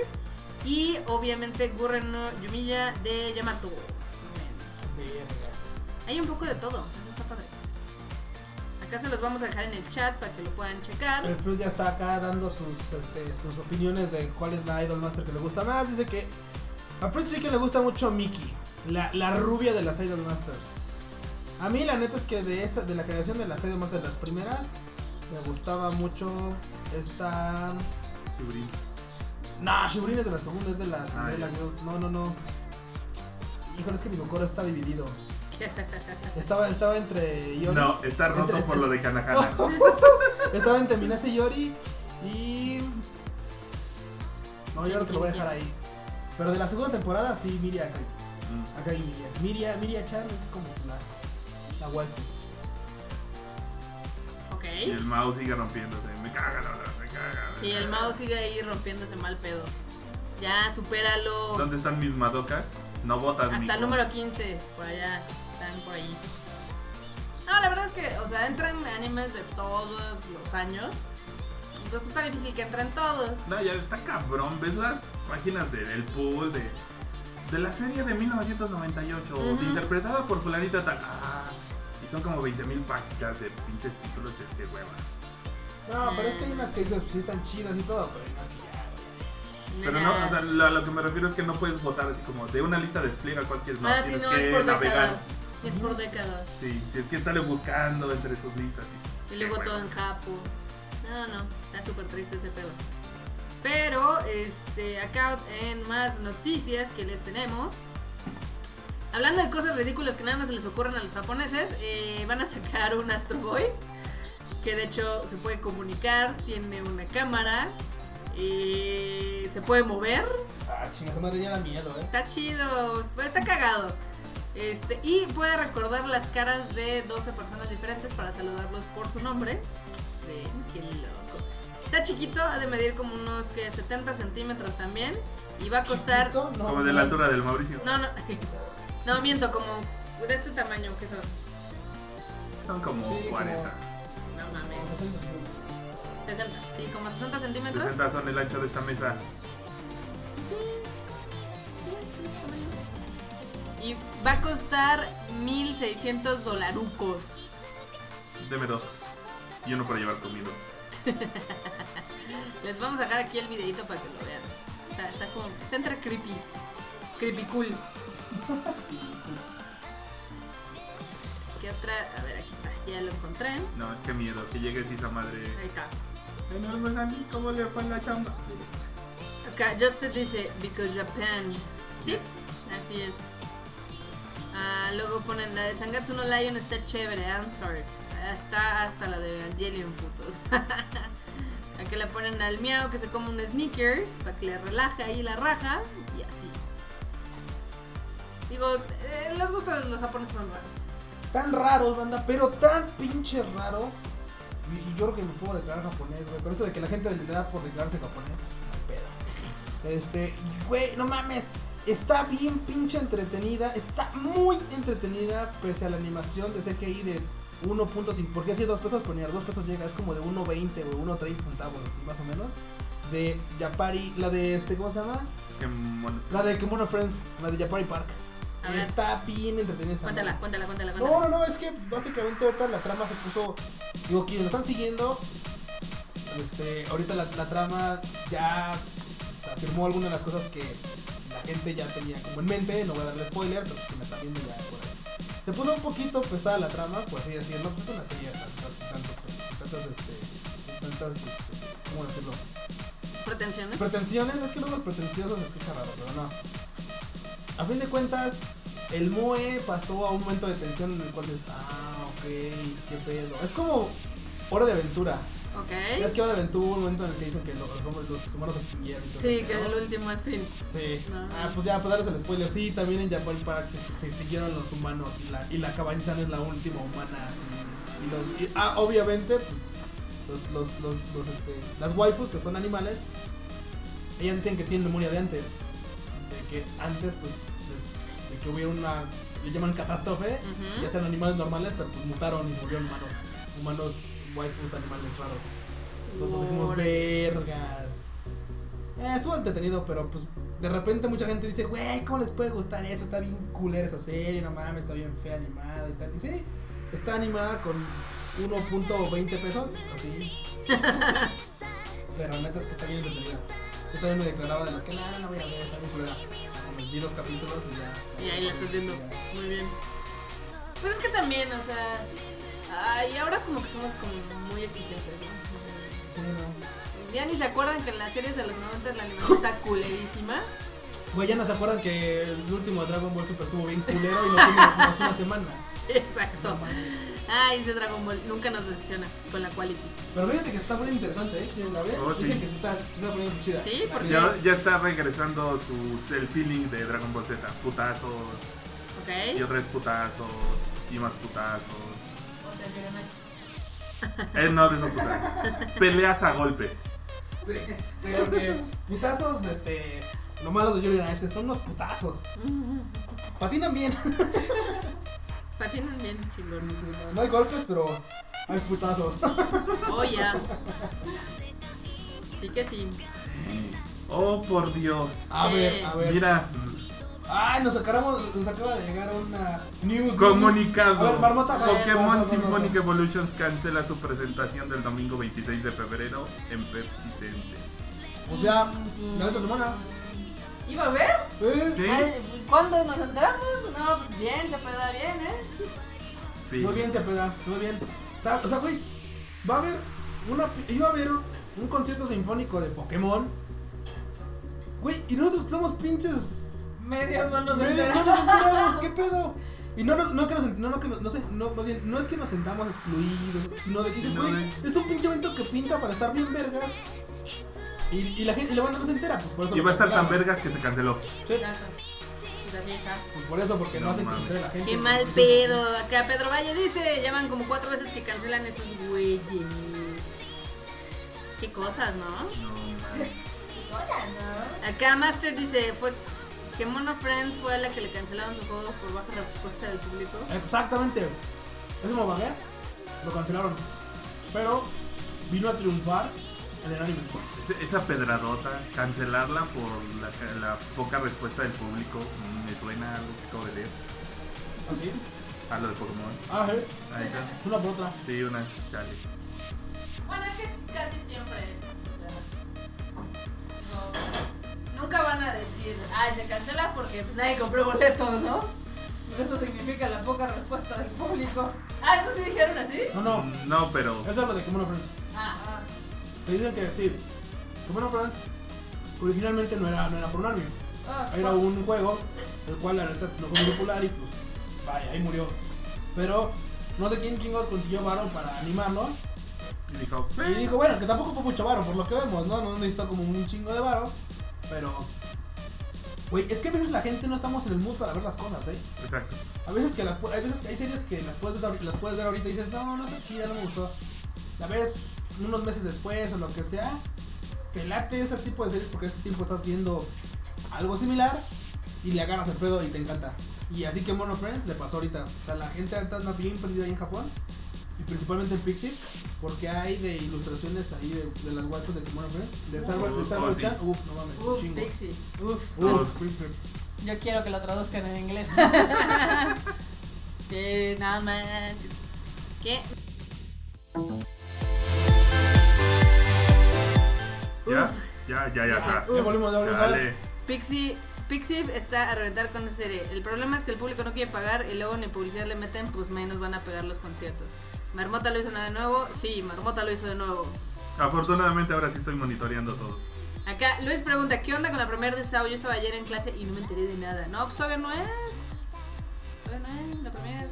Speaker 2: Y obviamente Gurren no Yumiya de Yamato.
Speaker 3: Vergas.
Speaker 2: Hay un poco de todo, eso está padre. Acá se los vamos a dejar en el chat para que lo puedan checar.
Speaker 3: El Plus ya está acá dando sus, este, sus opiniones de cuál es la Idol Master que le gusta más. Dice que a Fruit Chicken le gusta mucho Mickey, la, la rubia de las Idol Masters. A mí la neta es que de esa, de la creación de las Idol Masters, las primeras, me gustaba mucho esta...
Speaker 1: Subrin.
Speaker 3: No, Shibrin es de la segunda, es de las...
Speaker 1: Ah,
Speaker 3: de la-
Speaker 1: ya.
Speaker 3: no, no, no. Híjole, es que mi coro está dividido. Estaba, estaba entre Yori.
Speaker 1: No, está roto
Speaker 3: entre- este
Speaker 1: por lo de Kanahana.
Speaker 3: Estaba entre Minase Yori y. No, yo creo que lo voy a dejar ahí. Pero de la segunda temporada sí, Miria acá.
Speaker 1: Mm.
Speaker 3: Acá hay Miria. Miria, Miria Chan es como la, la waifu.
Speaker 1: Y el
Speaker 2: Ok.
Speaker 1: Mao sigue rompiéndose. Me caga, la verdad, me caga.
Speaker 2: Sí, el Mao sigue ahí rompiéndose mal pedo. Ya, supéralo.
Speaker 1: ¿Dónde están mis madocas? No votas,
Speaker 2: Hasta el
Speaker 1: mijo.
Speaker 2: número 15, por allá. Están por ahí. No, la verdad es que, o sea, entran animes de todos los años. Entonces, pues está difícil que entren todos.
Speaker 1: No, ya está cabrón. ¿Ves las páginas de- del pool de, de la serie de 1998?
Speaker 2: Ujú.
Speaker 1: Interpretada por fulanita tal. Ah, y son como 20.000 páginas de pinches títulos de este hueva.
Speaker 3: No, pero es que hay unas que dices, pues sí están chidas y todo, pero hay unas que ya.
Speaker 1: Pero
Speaker 2: Ya.
Speaker 1: no, o sea, lo, lo que me refiero es que no puedes votar así como de una lista despliega cuál quieres
Speaker 2: Ah,
Speaker 1: más.
Speaker 2: sí,
Speaker 1: Tienes
Speaker 2: no, es
Speaker 1: que
Speaker 2: por
Speaker 1: navegar.
Speaker 2: décadas. Es por décadas.
Speaker 1: Sí, tienes que estarle buscando entre sus listas.
Speaker 2: Y luego
Speaker 1: Qué
Speaker 2: todo en
Speaker 1: hueva.
Speaker 2: Japo. No, no, está súper triste ese pedo. Pero, este, acá en más noticias que les tenemos. Hablando de cosas ridículas que nada más se les ocurren a los japoneses, eh, van a sacar un Astro Boy. Que de hecho se puede comunicar, tiene una cámara, eh, se puede mover.
Speaker 3: Ah, chinga, esa madre ya da miedo, eh.
Speaker 2: Está chido, está cagado. Este, y puede recordar las caras de 12 personas diferentes para saludarlos por su nombre. Ven, qué loco. Está chiquito, ha de medir como unos que 70 centímetros también. Y va a costar.
Speaker 3: Chiquito, no,
Speaker 1: Como de la altura del Mauricio.
Speaker 2: No, no. No, miento, como de este tamaño que son.
Speaker 1: Son como
Speaker 3: Sí, como-
Speaker 1: 40.
Speaker 2: No mames.
Speaker 3: no,
Speaker 2: 60. Sí, como 60 centímetros.
Speaker 1: 60 son el ancho de esta mesa.
Speaker 2: Y va a costar 1600 dolarucos.
Speaker 1: Deme dos. Y uno para llevar comido.
Speaker 2: Les vamos a dejar aquí el videito para que lo vean. Está, está como. Está entre creepy. Creepy cool. ¿Qué otra? A ver, aquí está. Ya lo encontré. Ahí
Speaker 1: No, es que miedo, que llegues y esa madre.
Speaker 2: está.
Speaker 1: Enorme Sammy, ¿cómo le fue en la chamba?
Speaker 2: Acá Justin dice, because Japan. ¿Sí? Así es. Ah, luego ponen la de Sangatsu no Lion está chévere, answers. Está hasta la de Evangelion, putos. Aquí le ponen al miau que se come un sneakers para que le relaje ahí la raja y así. Digo, eh, los gustos de los japoneses son raros.
Speaker 3: Tan raros, banda, pero tan pinches raros. Y, y yo creo que me puedo declarar japonés, güey. Con eso de que la gente le da por declararse japonés, pues, no hay pedo. Este, güey, no mames. Está bien pinche entretenida. Está muy entretenida, pese a la animación de CGI de 1.5. Porque así 2 pesos, pero ni a 2 pesos llega. Es como de 1.20 o 1.30 centavos, así, más o menos. De Yapari, la de este, ¿cómo se llama?
Speaker 1: Qué mono.
Speaker 3: La de Kimono Friends, la de Yapari Park.
Speaker 2: A ver.
Speaker 3: Está bien entretenida esa madre.
Speaker 2: Cuéntala, cuéntala, cuéntala,
Speaker 3: No,
Speaker 2: cuéntala.
Speaker 3: no, no, es que básicamente ahorita la trama se puso. Digo, quienes lo están siguiendo, este, ahorita la, la trama ya pues, afirmó algunas de las cosas que la gente ya tenía como en mente. No voy a darle spoiler, pero pues, que me están viendo ya por ahí. Se puso un poquito pesada la trama, por así decirlo. Pues es una serie de tantos, tantos, tantos, tantos, este, tantas, este, ¿cómo decirlo?
Speaker 2: Pretensiones.
Speaker 3: Pretensiones, es que los pretenciosos se escucha raro, pero no. A fin de cuentas, el MOE pasó a un momento de tensión en el cual dices, ah, ok, qué pedo. Es como Hora de Aventura. Es
Speaker 2: Ok.
Speaker 3: que Hora de Aventura hubo un momento en el que dicen que los, los- los humanos se extinguieron. y todo
Speaker 2: Sí,
Speaker 3: ese
Speaker 2: que
Speaker 3: pedo.
Speaker 2: el último es fin.
Speaker 3: Sí.
Speaker 2: No.
Speaker 3: Ah, pues ya, para darles el spoiler, sí, también en Japan Park se, se extinguieron los humanos y la, y la Kabanchan es la última humana. así. Y los, y- ah, obviamente, pues, los, los, los, los, este, las waifus, que son animales, ellas dicen que tienen memoria de antes. De que antes, pues, de, de que hubiera una, le llaman catástrofe,
Speaker 2: Ujú.
Speaker 3: ya sean animales normales, pero pues mutaron y se volvieron humanos. Humanos, waifus, animales raros. Entonces nos dijimos, vergas. Eh, estuvo entretenido, pero pues de repente mucha gente dice, güey, ¿cómo les puede gustar eso? Está bien culera esa serie, no mames, está bien fea animada y tal. Y sí, está animada con 1.20 pesos, así. pero la neta es que está bien entretenida. Yo también me declaraba de las que nada, no voy a ver, está bien culera. Pues, vi los capítulos y ya.
Speaker 2: Y ahí la estás viendo.
Speaker 3: Sí, ya.
Speaker 2: Muy bien. Pues es que también, o sea. Ay, ahora como que somos como muy exigentes, ¿no?
Speaker 3: Sí, no.
Speaker 2: Ya ni se acuerdan que en las series de los 90 la animación está culerísima.
Speaker 3: Güey, ya no se acuerdan que el último Dragon Ball Super estuvo bien culero y lo vimos hace una semana.
Speaker 2: Sí, exacto. Ay, ese Dragon Ball nunca nos decepciona con la quality.
Speaker 3: Pero fíjate que está muy interesante, ¿eh? ¿Quieren la ver?
Speaker 1: Oh, sí.
Speaker 3: Dicen que se está, se está poniendo chida.
Speaker 2: Sí, porque-
Speaker 1: Ya, ya está regresando sus, el feeling de Dragon Ball Z. Putazos, y
Speaker 2: ¿Ok? ¿Eh?
Speaker 1: otra vez putazos, y más putazos.
Speaker 4: Porque el Virenay.
Speaker 1: Eh, no, de esa puta. Peleas a golpes.
Speaker 5: Sí, sí, porque putazos, este. Lo malo de Yuri Nice son unos putazos. Patinan bien.
Speaker 2: Patinan bien chingón.
Speaker 5: No hay golpes, pero hay putazos.
Speaker 2: Oh, ya. Sí que sí.
Speaker 1: Oh, por Dios.
Speaker 5: A ver, a ver.
Speaker 1: Mira,
Speaker 5: Ay, nos, acabamos, nos acaba de llegar una news. A
Speaker 1: comunicado.
Speaker 5: ver, Marmota, vas, vas, vas,
Speaker 1: Pokémon
Speaker 5: vas,
Speaker 1: Symphonic
Speaker 5: vas.
Speaker 1: Evolutions cancela su presentación del domingo 26 de febrero en Pepsi Center.
Speaker 5: O sea, la otra semana.
Speaker 2: ¿Iba a ver?
Speaker 5: ¿Eh?
Speaker 1: ¿Sí?
Speaker 2: Ay, ¿Cuándo nos enteramos? No, pues bien, se puede dar bien, ¿eh?
Speaker 1: Sí.
Speaker 5: Muy bien, Cepeda, muy bien.
Speaker 3: O sea, o sea, güey, va a haber una. pi- Iba a haber un concierto sinfónico de Pokémon. Güey, y nosotros que somos pinches.
Speaker 4: Medios no nos
Speaker 3: medio,
Speaker 4: enteramos.
Speaker 3: no nos enteramos, ¿qué pedo? Y no, nos- no, que nos, no, no, que nos- no, sé, no, más bien, no es que nos sentamos excluidos, sino de que dices,
Speaker 1: No,
Speaker 3: güey,
Speaker 1: güey.
Speaker 3: es un pinche evento que pinta para estar bien vergas. Y, y la gente, y la banda no se entera, pues por eso.
Speaker 1: Y
Speaker 3: lo
Speaker 1: va a estar tan
Speaker 3: cancelaron.
Speaker 1: vergas que se canceló.
Speaker 2: Exacto. Pues así está.
Speaker 3: Pues por eso, porque no,
Speaker 1: No
Speaker 3: hacen
Speaker 1: mames.
Speaker 3: que se entere la gente.
Speaker 2: Qué mal pedo. Acá Pedro Valle dice, llaman como cuatro veces que cancelan esos güeyes. Qué cosas, ¿no?
Speaker 1: No, man.
Speaker 2: Acá Master dice, fue que Mono Friends fue la que le cancelaron su juego por baja respuesta del público.
Speaker 3: Exactamente. Eso me vagué. Lo cancelaron. Pero vino a triunfar en el anime.
Speaker 1: Ese- Esa pedradota, cancelarla por la, la poca respuesta del público, me suena algo que acabo de leer.
Speaker 3: ¿Así?
Speaker 1: A lo de Pokémon.
Speaker 3: Ah, sí.
Speaker 1: Ahí está.
Speaker 3: Una por otra.
Speaker 1: Sí, una chale.
Speaker 2: Bueno, es que es- casi siempre es. No, nunca van a decir, ay, se cancela porque pues, nadie compró boletos, ¿no?
Speaker 4: Eso significa la poca respuesta del público.
Speaker 2: Ah, ¿esto sí dijeron así?
Speaker 3: No, no.
Speaker 1: No, pero.
Speaker 3: Eso es lo de Kimono Friends.
Speaker 2: Ah,
Speaker 3: Te dicen que sí. Kimono Friends originalmente no era, no era por un anime.
Speaker 4: Ah,
Speaker 3: Era un juego, el cual la neta no fue muy popular y pues vaya, ahí murió. Pero no sé quién chingos consiguió varo para animarlo.
Speaker 1: Y dijo, "Eh,
Speaker 3: Y dijo, bueno, que tampoco fue mucho varo, por lo que vemos, ¿no? No necesitó como un chingo de varo, pero... Güey, es que a veces la gente no estamos en el mood para ver las cosas, ¿eh?
Speaker 1: Exacto.
Speaker 3: A veces que, la pu- hay, veces que hay series que las puedes, ver, ahorita- las puedes ver ahorita y dices, no, no está chida, no me gustó. La ves unos meses después o lo que sea, te late ese tipo de series porque ese tiempo estás viendo algo similar y le agarras el pedo y te encanta. Y así que Mono Friends le pasó ahorita. O sea, la gente ahorita anda bien perdida ahí en Japón y principalmente en Pixie porque hay de ilustraciones ahí de, de las guachas de Mono Friends. De Sarwa de
Speaker 1: Uf,
Speaker 3: Sarwa
Speaker 1: oh, sí.
Speaker 3: Chan, uff, no mames,
Speaker 2: Uf,
Speaker 3: chingo.
Speaker 2: Dixie.
Speaker 3: Uf,
Speaker 1: Uf.
Speaker 3: Pixie.
Speaker 4: Yo quiero que lo traduzcan en inglés.
Speaker 2: Que nada manches. ¿Qué?
Speaker 1: Ya,
Speaker 2: Uf.
Speaker 1: ya, ya,
Speaker 2: Ya
Speaker 1: ya.
Speaker 2: sé.
Speaker 1: ya.
Speaker 3: Ya volvimos, ya volvimos.
Speaker 1: Chale.
Speaker 2: Pixie, Pixie está a reventar con esa serie. El problema es que el público no quiere pagar y luego ni publicidad le meten, pues menos van a pegar los conciertos. Marmota lo hizo de nuevo. Sí, Marmota lo hizo de nuevo.
Speaker 1: Afortunadamente ahora sí estoy monitoreando todo.
Speaker 2: Acá Luis pregunta, ¿qué onda con la primera de Sao? Yo estaba ayer en clase y no me enteré de nada. No, pues todavía no es. Todavía no es la primera.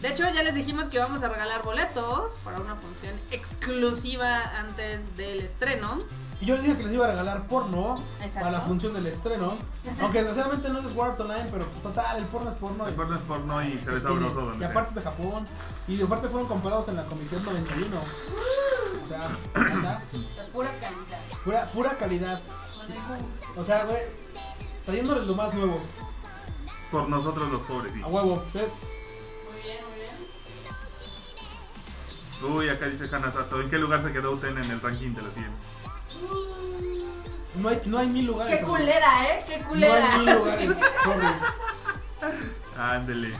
Speaker 2: De hecho, ya les dijimos que vamos a regalar boletos para una función exclusiva antes del estreno.
Speaker 3: Y yo les dije que les iba a regalar porno
Speaker 2: Exacto.
Speaker 3: para la función del estreno. Aunque desgraciadamente no es War Art Online, pero pues total, el porno es porno.
Speaker 1: El
Speaker 3: y-
Speaker 1: porno es porno y se ve
Speaker 3: y-
Speaker 1: sabroso donde
Speaker 3: Y
Speaker 1: sea.
Speaker 3: aparte es de Japón. Y aparte fueron comprados en la Comisión 91. O sea, anda,
Speaker 4: Pura calidad.
Speaker 3: pura, pura calidad. O sea, güey, trayéndoles lo más nuevo.
Speaker 1: Por nosotros los pobres. sí.
Speaker 3: A huevo. ¿ves?
Speaker 1: Uy, acá dice Hanasato. ¿En qué lugar se quedó Uten en el ranking de los 100?
Speaker 3: No hay, no hay mil lugares.
Speaker 2: ¡Qué
Speaker 3: amigo.
Speaker 2: culera, eh! ¡Qué
Speaker 3: No
Speaker 2: culera!
Speaker 3: hay mil lugares. Sorry.
Speaker 1: Ándele.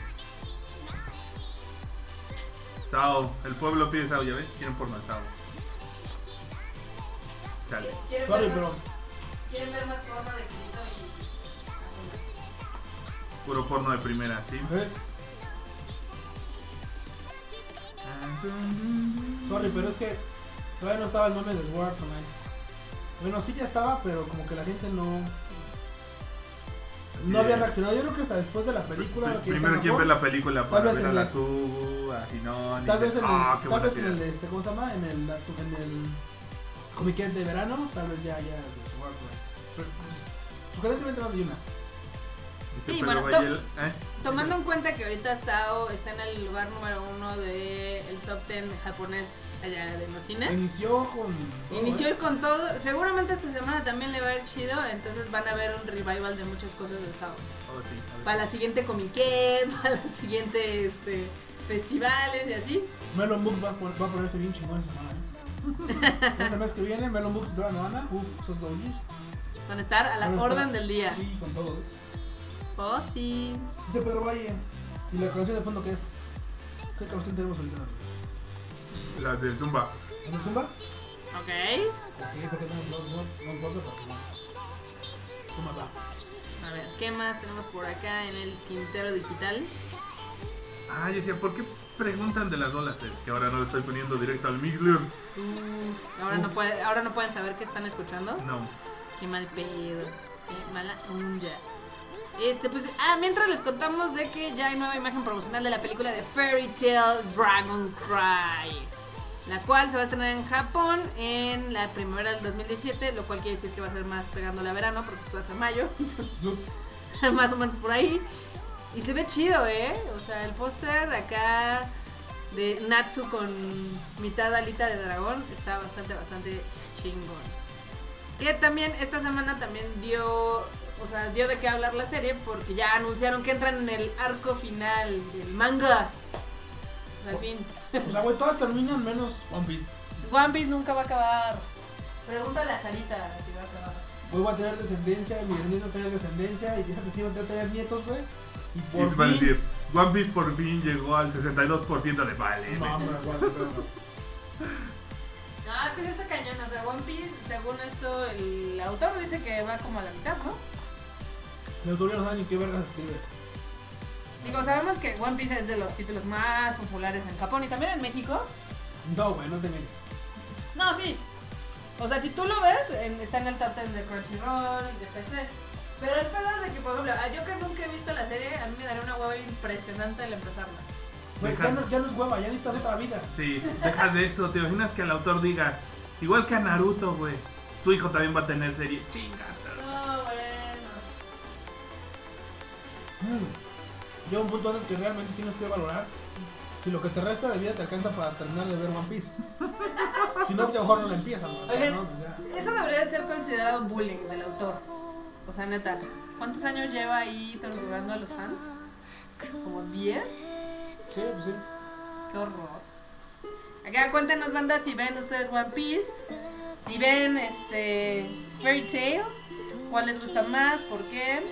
Speaker 1: Sao, el pueblo pide Sao, ya ves, quieren porno de Sao. Chale.
Speaker 2: ¿Quieren
Speaker 3: Sorry,
Speaker 2: ver más-
Speaker 3: pero.
Speaker 2: ¿Quieren ver más porno de Kirito y...?
Speaker 1: Puro porno de primera, ¿sí?
Speaker 3: ¿eh? Sorry, pero es que todavía no estaba el mame del War Online. Bueno, sí ya estaba, pero como que la gente no. No había reaccionado. Yo creo que hasta después de la
Speaker 1: Eh.
Speaker 3: película.
Speaker 1: Pr-
Speaker 3: que ya
Speaker 1: Primero
Speaker 3: se
Speaker 1: quien
Speaker 3: acabó,
Speaker 1: ve la película
Speaker 3: Tal
Speaker 1: para
Speaker 3: vez
Speaker 1: ver
Speaker 3: en
Speaker 1: a
Speaker 3: la-
Speaker 1: la Subu, a Ginón. y
Speaker 3: Tal vez
Speaker 1: dices,
Speaker 3: en el.
Speaker 1: "Ah, qué
Speaker 3: tal
Speaker 1: buena
Speaker 3: vez en
Speaker 1: tira".
Speaker 3: el. Este, ¿Cómo se llama? En el. En el. Comiquet de verano. Tal vez ya. ya de War Online. Pero, pues, Sugerentemente más de una.
Speaker 1: Dice,
Speaker 2: Sí,
Speaker 1: pero
Speaker 2: bueno,
Speaker 1: Bayel- ¿eh?
Speaker 2: Tomando en cuenta que ahorita Sao está en el lugar número uno del top 10 japonés allá de los cines.
Speaker 5: Inició con. todo,
Speaker 2: ¿Eh? Inició
Speaker 5: ¿eh?
Speaker 2: el con todo. Seguramente esta semana también le va a ir chido. Entonces van a ver un revival de muchas cosas de Sao.
Speaker 1: Oh, sí, a ver.
Speaker 2: Para la siguiente Comiquet, para la siguiente este, festivales y así.
Speaker 3: Melon Books va a, pon- va a ponerse bien chingón esta semana. ¿eh? este mes que viene, Melon Books y Dora Novana. Uf, esos dojis.
Speaker 2: Van a estar a la
Speaker 3: Van a estar-
Speaker 2: orden del día.
Speaker 3: Sí, con todo. ¿eh?
Speaker 2: Oh, sí.
Speaker 3: Dice Pedro Valle. ¿Y la canción de fondo qué es? ¿Qué canción tenemos ahorita?
Speaker 1: La del Zumba.
Speaker 3: ¿En el Zumba?
Speaker 2: Ok.
Speaker 3: Ok, porque tenemos los dos. Los dos de Paco. ¿Qué más va?
Speaker 2: A ver, ¿qué más tenemos por acá en el Quintero Digital?
Speaker 1: Ah, yo decía, ¿por qué preguntan de las olas? Es que ahora no lo estoy poniendo directo al Mixler.
Speaker 2: Uf, Mm, ahora, no puede, ahora no pueden saber qué están escuchando.
Speaker 1: No.
Speaker 2: Qué mal pedo. Qué mala onda. Este, pues, ah, mientras les contamos de que ya hay nueva imagen promocional de la película de Fairy Tail Dragon Cry. La cual se va a estrenar en Japón en la primavera del 2017, lo cual quiere decir que va a ser más pegándole a verano, porque pues va a ser mayo, entonces, más o menos por ahí. Y se ve chido, ¿eh? O sea, el póster acá de Natsu con mitad alita de dragón está bastante, bastante chingón. Que también esta semana también dio, o sea, dio de qué hablar la serie porque ya anunciaron que entran en el arco final del manga. O sea, al fin.
Speaker 3: Pues la güey, todas terminan menos One Piece.
Speaker 2: One Piece nunca va a acabar. Pregúntale a Sarita si va a acabar.
Speaker 3: Hoy va a tener descendencia, mi niño va a tener descendencia, y esa testigo va a tener nietos, güey. Y
Speaker 1: Y va a
Speaker 3: por fin.
Speaker 1: decir, One Piece por fin llegó al 62% de vale.
Speaker 3: No, hombre, güey, pero-
Speaker 2: No, es que sí está cañón. O sea, One Piece, según esto, el autor dice que va como a la mitad, ¿no?
Speaker 3: Me ocurrió no saben ni qué vergas escribe.
Speaker 2: Digo, sabemos que One Piece es de los títulos más populares en Japón y también en México.
Speaker 3: No, güey, no te engañes.
Speaker 2: No, sí. O sea, si tú lo ves, en- está en el top 10 de Crunchyroll y de PC. Pero el pedo es de que, por ejemplo, a- yo que nunca he visto la serie, a mí me daría una hueva impresionante al empezarla.
Speaker 3: Güey, ya no, ya no es hueva, ya necesitas otra vida.
Speaker 1: Sí, deja de eso. ¿Te imaginas que el autor diga, igual que a Naruto, güey? Su hijo también va a tener serie. Chingada.
Speaker 2: No, bueno.
Speaker 3: Mm. Llega un punto antes que realmente tienes que valorar si lo que te resta de vida te alcanza para terminar de ver One Piece. si no, pues, mejor no la empiezas, güey. O sea,
Speaker 2: Oigan.
Speaker 3: no, pues ya.
Speaker 2: Eso debería ser considerado bullying del autor. O sea, neta, ¿cuántos años lleva ahí torturando a los fans? ¿Como 10?
Speaker 3: Sí, pues sí.
Speaker 2: Qué horror. Acá cuéntenos, banda, si ven ustedes One Piece, si ven este Fairy Tail, cuál les gusta más, por qué,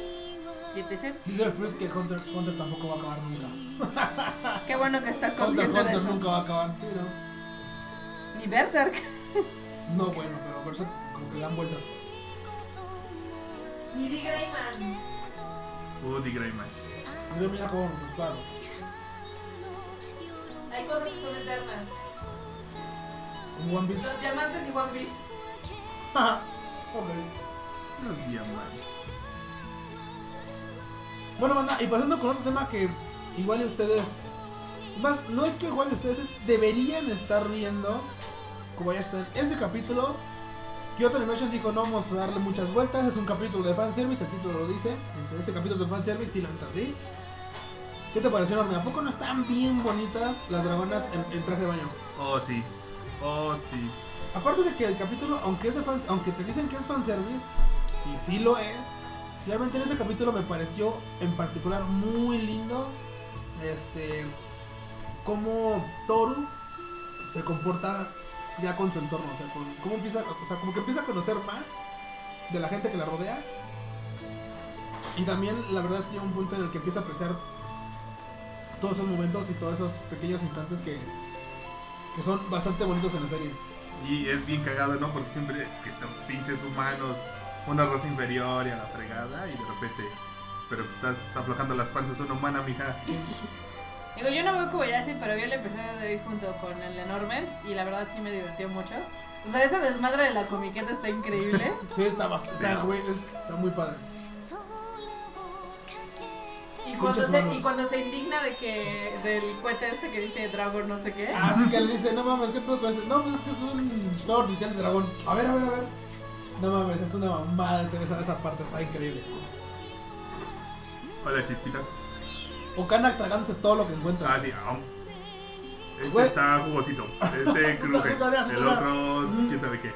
Speaker 2: y etc.
Speaker 3: Dice el Fruit que Hunter x Hunter tampoco va a acabar nunca.
Speaker 2: Qué bueno que estás
Speaker 3: Hunter x
Speaker 2: consciente de
Speaker 3: Hunter
Speaker 2: eso.
Speaker 3: nunca va a acabar, sí, ¿no?
Speaker 2: Ni Berserk.
Speaker 3: No, bueno, pero por eso como que le dan vueltas.
Speaker 2: Ni D. Grayman.
Speaker 1: Woody Grayman.
Speaker 3: Yo mira como, pues, claro.
Speaker 2: Hay cosas que son eternas.
Speaker 3: Como One Piece.
Speaker 2: Los diamantes y One Piece.
Speaker 3: ok.
Speaker 1: Los diamantes.
Speaker 3: Bueno, banda, y pasando con otro tema que igual y ustedes. Más, no es que igual y ustedes es- deberían estar riendo. Como ya están. Este capítulo. Kyoto Animation dijo: No vamos a darle muchas vueltas. Es un capítulo de fanservice. El título lo dice. dice, Este capítulo de fanservice, sí, la neta, sí. ¿Qué te pareció, Norma? ¿A poco no están bien bonitas las dragonas en, en traje de baño?
Speaker 1: Oh, sí. Oh, sí.
Speaker 3: Aparte de que el capítulo, aunque, es de fans, aunque te dicen que es fanservice, y sí lo es, realmente en este capítulo me pareció en particular muy lindo este cómo Toru se comporta ya con su entorno, o sea, con- cómo empieza, o sea, como que empieza a conocer más de la gente que la rodea. Y también la verdad es que llega un punto en el que empieza a apreciar todos esos momentos y todos esos pequeños instantes que, que son bastante bonitos en la serie.
Speaker 1: Y es bien cagado, ¿no? Porque siempre que son pinches humanos, una raza inferior y a la fregada, y de repente, pero estás aflojando las panzas a una humana, mija.
Speaker 2: Digo, yo no veo Kobayashi, pero vi el episodio de hoy junto con el enorme y la verdad sí me divirtió mucho. O sea, esa desmadre de la comiqueta está increíble.
Speaker 3: Sí, está bastante. O sea, güey, es- está muy padre.
Speaker 2: Y cuando,
Speaker 3: Muchas
Speaker 2: se,
Speaker 3: manos.
Speaker 2: y cuando se indigna de que del cohete este que dice Dragon no sé qué.
Speaker 3: Así que le dice, no mames, ¿qué puedo hacer? No, pues es que es un fuego artificial de dragón. A ver, a ver, a ver. No mames, es una mamada esa, esa- esa parte, está increíble.
Speaker 1: Hola, chispitas.
Speaker 3: Ocana tragándose todo lo que encuentra.
Speaker 1: Ah, sí, aum. Este
Speaker 3: Güey.
Speaker 1: está jugosito. Este cruje.
Speaker 3: jugando,
Speaker 1: El
Speaker 3: jugando.
Speaker 1: otro,
Speaker 3: Mm.
Speaker 1: quién sabe qué.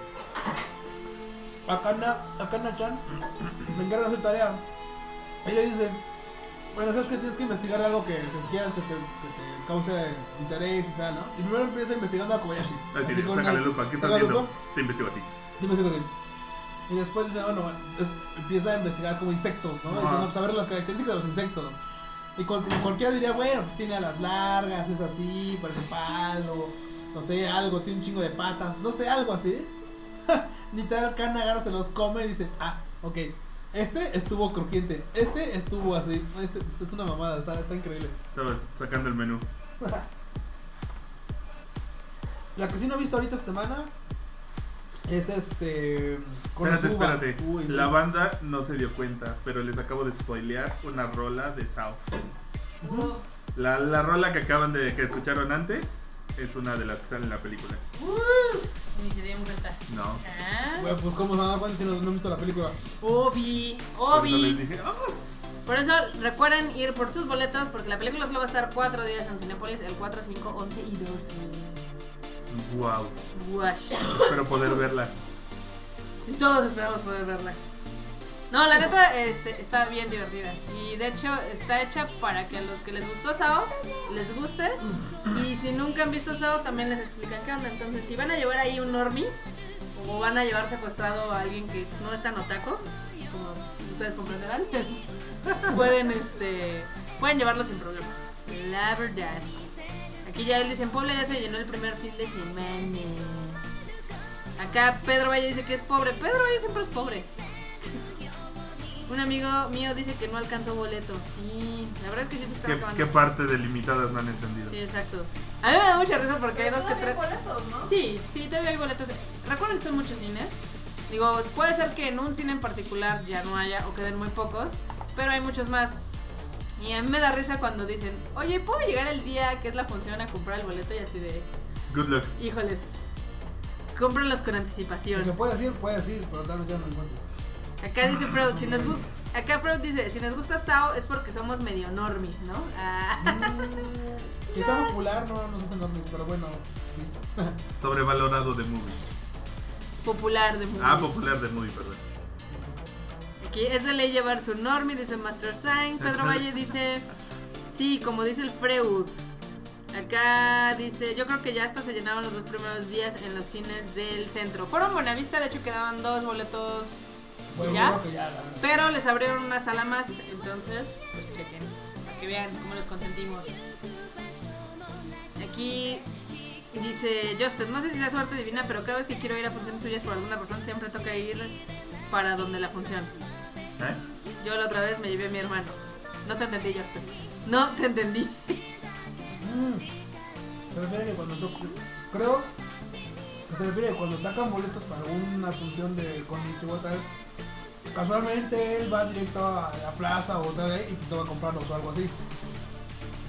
Speaker 3: Akana, Akana Chan me encarga de su tarea. Y le dice, bueno, sabes que tienes que investigar algo que, que quieras que te, que te cause interés y tal, ¿no? Y primero empieza investigando a Kobayashi.
Speaker 1: Así
Speaker 3: Así
Speaker 1: de,
Speaker 3: con
Speaker 1: sácale
Speaker 3: una-
Speaker 1: lupa, ¿qué estás
Speaker 3: saca lupa,
Speaker 1: haciendo? Te investigo a ti.
Speaker 3: y investiga de él. Y después dice, bueno, bueno, es- empieza a investigar como insectos, ¿no? Dice,
Speaker 1: Ajá.
Speaker 3: no, pues, a ver las características de los insectos. Y cual- como cualquiera diría, bueno, pues tiene alas largas, es así, parece un palo, no sé, algo, tiene un chingo de patas, no sé, algo así. Ni tal Khan agarra, se los come y dice, ah, ok, este estuvo crujiente, este estuvo así, este, es una mamada, está, está increíble.
Speaker 1: Estabas sacando el menú.
Speaker 3: La que sí no he visto ahorita esta semana es este...
Speaker 1: Espérate,
Speaker 3: Konosuba.
Speaker 1: espérate.
Speaker 3: Uy,
Speaker 1: La
Speaker 3: uy.
Speaker 1: banda no se dio cuenta, pero les acabo de spoilear una rola de Sao.
Speaker 4: Uf.
Speaker 1: La, la rola que acaban de que escucharon antes es una de las que sale en la película.
Speaker 2: Ni se dieron cuenta.
Speaker 1: No.
Speaker 2: Ah,
Speaker 3: Güey, pues cómo se van a dar cuenta si no, no han visto la película.
Speaker 2: Obi,
Speaker 1: Por eso les
Speaker 2: Obi.
Speaker 1: dije, "Ah".
Speaker 2: Por eso recuerden ir por sus boletos porque la película solo va a estar cuatro días en Cinepolis, el 4, 5, 11 y 12.
Speaker 1: Wow.
Speaker 2: Guash.
Speaker 1: Espero poder verla.
Speaker 2: Sí, todos esperamos poder verla. No, la neta este, está bien divertida. Y de hecho está hecha para que a los que les gustó Sao les guste. Y si nunca han visto Sao también les explican qué onda. Entonces si van a llevar ahí un normie o van a llevar secuestrado a alguien que pues, no es tan otaco, como ustedes comprenderán, pueden, este, pueden llevarlo sin problemas. La verdad. Aquí ya él dice, en Puebla ya se llenó el primer fin de semana. Acá Pedro Valle dice que es pobre. Pedro Valle siempre es pobre. Un amigo mío dice que no alcanzó boleto. Sí, la verdad es que sí se está
Speaker 1: ¿Qué,
Speaker 2: acabando.
Speaker 1: qué parte delimitada no han entendido?
Speaker 2: Sí, exacto. A mí me da mucha risa porque hay
Speaker 4: Pero
Speaker 2: dos que
Speaker 4: todavía hay
Speaker 2: tres.
Speaker 4: boletos, ¿no?
Speaker 2: Sí, sí, todavía hay boletos. Recuerden que son muchos cines. Digo, puede ser que en un cine en particular ya no haya o queden muy pocos, pero hay muchos más. Y a mí me da risa cuando dicen, oye, ¿puedo llegar el día que es la función a comprar el boleto? Y así de,
Speaker 1: Good luck.
Speaker 2: híjoles, cómprenlos con
Speaker 3: Lo
Speaker 2: anticipación.
Speaker 3: que puedes decir, puedes decir, pero tal vez ya no lo encuentres.
Speaker 2: Acá dice Freud, si nos gu- acá Freud dice, si nos gusta Sao es porque somos medio normis, ¿no? Ah,
Speaker 3: Mm, Quizá popular no nos hacen normies, pero bueno, sí.
Speaker 1: Sobrevalorado de movie.
Speaker 2: popular de mundo.
Speaker 1: Ah, popular de movie, perdón.
Speaker 2: Aquí es de ley llevar su normie, dice Master Sign. Pedro Valle dice, sí, como dice el Freud. Acá dice, yo creo que ya hasta se llenaban los dos primeros días en los cines del centro. Fueron Buenavista, de hecho quedaban dos boletos,
Speaker 3: Bueno,
Speaker 2: ¿Ya?
Speaker 3: yo creo que ya, la verdad.
Speaker 2: pero les abrieron una sala más, entonces, pues chequen, para que vean cómo los consentimos. Aquí dice Justin, no sé si sea suerte divina, pero cada vez que quiero ir a funciones suyas por alguna razón, siempre toca ir para donde la función.
Speaker 1: ¿Eh?
Speaker 2: Yo la otra vez me llevé a mi hermano. No te entendí, Justin. No te entendí.
Speaker 3: Mm, Se refiere que cuando toco. Creo que se refiere que cuando sacan boletos para una función de con o tal, casualmente él va directo a la plaza o tal eh, y te va a comprarlos o algo así.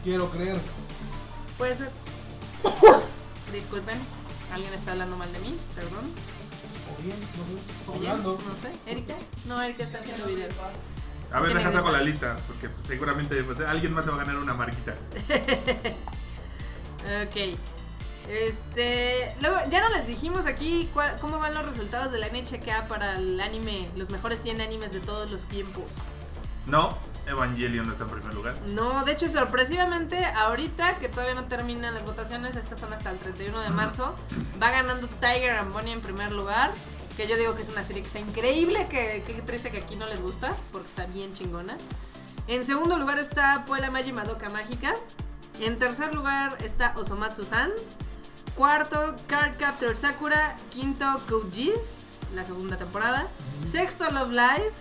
Speaker 3: Quiero creer.
Speaker 2: Puede ser. Disculpen, alguien está hablando mal de mí, perdón.
Speaker 3: O bien, no sé.
Speaker 2: Oye,
Speaker 3: Hablando.
Speaker 2: No sé, Erika. No, Erika está haciendo videos.
Speaker 1: A ver,
Speaker 2: Tiene
Speaker 1: deja
Speaker 2: que
Speaker 1: saco
Speaker 2: ver.
Speaker 1: la lista, porque pues, seguramente pues, alguien más se va a ganar una marquita.
Speaker 2: Ok. Este. Luego, ya no les dijimos aquí cuál- cómo van los resultados de la NHK para el anime, los mejores 100 animes de todos los tiempos.
Speaker 1: No, Evangelion no está en primer lugar.
Speaker 2: No, de hecho, sorpresivamente, ahorita que todavía no terminan las votaciones, estas son hasta el 31 de marzo, va ganando Tiger and Bonnie en primer lugar. Que yo digo que es una serie que está increíble, que, que triste que aquí no les gusta, porque está bien chingona. En segundo lugar está Puela Magi Madoka Mágica. En tercer lugar está Osomatsu-san. Cuarto, Card Capture Sakura. Quinto, Code Geass, la segunda temporada. Sexto, Love Live.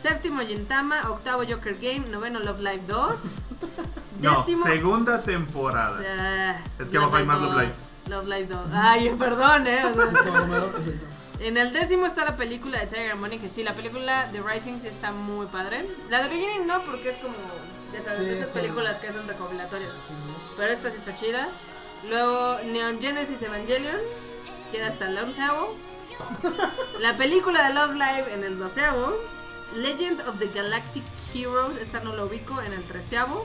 Speaker 2: Séptimo, Gintama. Octavo, Joker Game. Noveno, Love Live 2.
Speaker 1: No, segunda temporada.
Speaker 2: Ah,
Speaker 1: Es que abajo hay más Love
Speaker 2: 2,
Speaker 1: Live.
Speaker 2: Love Live 2. Ay, perdón, eh. o sea.
Speaker 3: Toma, toma, perfecto.
Speaker 2: En el décimo está la película de Tiger and Bunny, que sí, la película de Rising sí está muy padre. La de Beginning no, porque es como, ya sabes,
Speaker 3: Sí,
Speaker 2: de esas
Speaker 3: sí.
Speaker 2: películas que son recopilatorios.
Speaker 3: Sí, ¿no?
Speaker 2: Pero esta sí está chida. Luego Neon Genesis Evangelion, queda hasta el onceavo. La película de Love Live en el doceavo. Legend of the Galactic Heroes, esta no lo ubico, en el treceavo.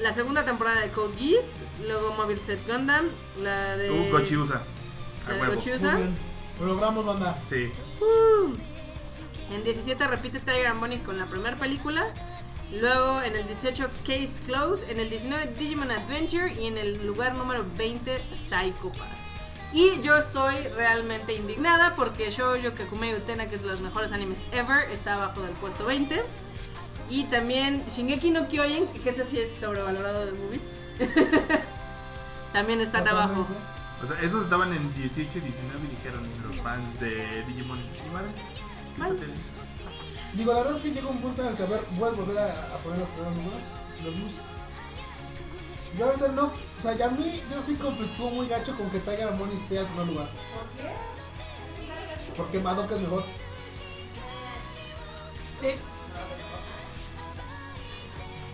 Speaker 2: La segunda temporada de Code Geass, luego Mobile Set Gundam, la de...
Speaker 1: Uh, Gochiusa. A
Speaker 2: la de
Speaker 1: huevo.
Speaker 2: Gochiusa.
Speaker 3: Muy bien. Lo logramos, banda.
Speaker 1: Sí.
Speaker 2: Uh. En 17 repite Tiger and Bunny con la primera película. Luego en el 18 Case Close, en el 19 Digimon Adventure y en el lugar número 20 Psychopass. Y yo estoy realmente indignada porque Shoujo Kekume Utena, que es de los mejores animes ever, está abajo del puesto 20. Y también Shingeki no Kyojin, que ese sí es sobrevalorado de movie. también está abajo.
Speaker 3: Totalmente.
Speaker 1: O sea, esos estaban en 18 y 19 y dijeron los fans de Digimon. "Sí, vale,
Speaker 2: Vale.
Speaker 1: quítate".
Speaker 3: Digo, la verdad es que llega un punto en el que a ver, voy a volver a, a poner los primeros números, los luz. Yo ahorita no, o sea, ya a mí yo sí conflictúo muy gacho con que Tiger and Bunny sea el primer lugar,
Speaker 4: ¿Por qué?
Speaker 3: porque Madoka es mejor.
Speaker 4: Sí.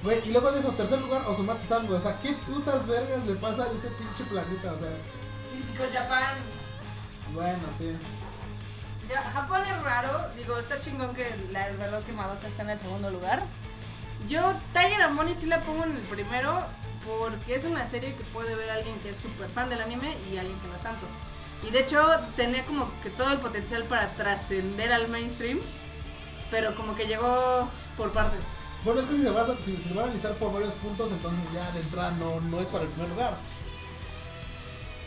Speaker 3: Güey, y luego de eso, tercer lugar, Osomatsu San, güey, o sea, qué putas vergas le pasa a este pinche planeta, o sea,
Speaker 2: Típico Japón.
Speaker 3: bueno, sí.
Speaker 2: Ya, Japón es raro, digo, está chingón que la verdad que Madoka está en el segundo lugar. Yo Tiger and Bunny sí la pongo en el primero porque es una serie que puede ver alguien que es súper fan del anime y alguien que no tanto. Y de hecho tenía como que todo el potencial para trascender al mainstream, pero como que llegó por partes.
Speaker 3: Bueno, es que si se, va a, si se va a analizar por varios puntos, entonces ya de entrada no, no es para el primer lugar.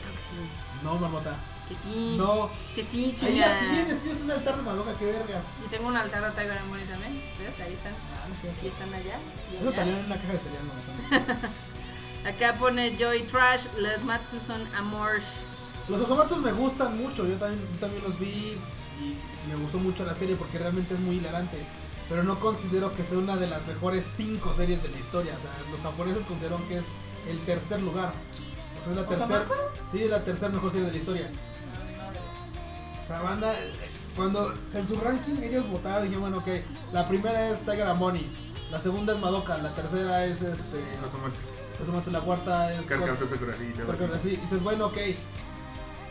Speaker 2: Creo que sí.
Speaker 3: No, marmota,
Speaker 2: Que sí.
Speaker 3: no.
Speaker 2: Que sí,
Speaker 3: Ahí la
Speaker 2: Mm. chingada.
Speaker 3: tienes, tienes un altar de Madoka, qué vergas.
Speaker 2: Y tengo un altar de Tiger and Bunny también. ¿Ves? Ahí están.
Speaker 3: Ah, no es
Speaker 2: Y
Speaker 3: cierto.
Speaker 2: están allá. y
Speaker 3: Eso
Speaker 2: allá.
Speaker 3: salió en una caja de cereal, no
Speaker 2: Acá pone Joy Trash, Les Matsu son Amorsh.
Speaker 3: Los Osomatsus me gustan mucho, yo también, yo también los vi y me gustó mucho la serie porque realmente es muy hilarante. Pero no considero que sea una de las mejores cinco series de la historia. O sea, los japoneses consideran que es el tercer lugar. O sea, es la tercera.
Speaker 2: ¿Osamatsu?
Speaker 3: Sí, es la tercera mejor serie de la historia. O sea, banda, eh, cuando en su ranking ellos votaron y dijeron, bueno, ok, la primera es Tiger and Bunny, la segunda es Madoka, la tercera es este.
Speaker 1: No somos
Speaker 3: Osomatsu, la cuarta es.
Speaker 1: Carcasa Sakurajito.
Speaker 3: Porque así dices, bueno, ok.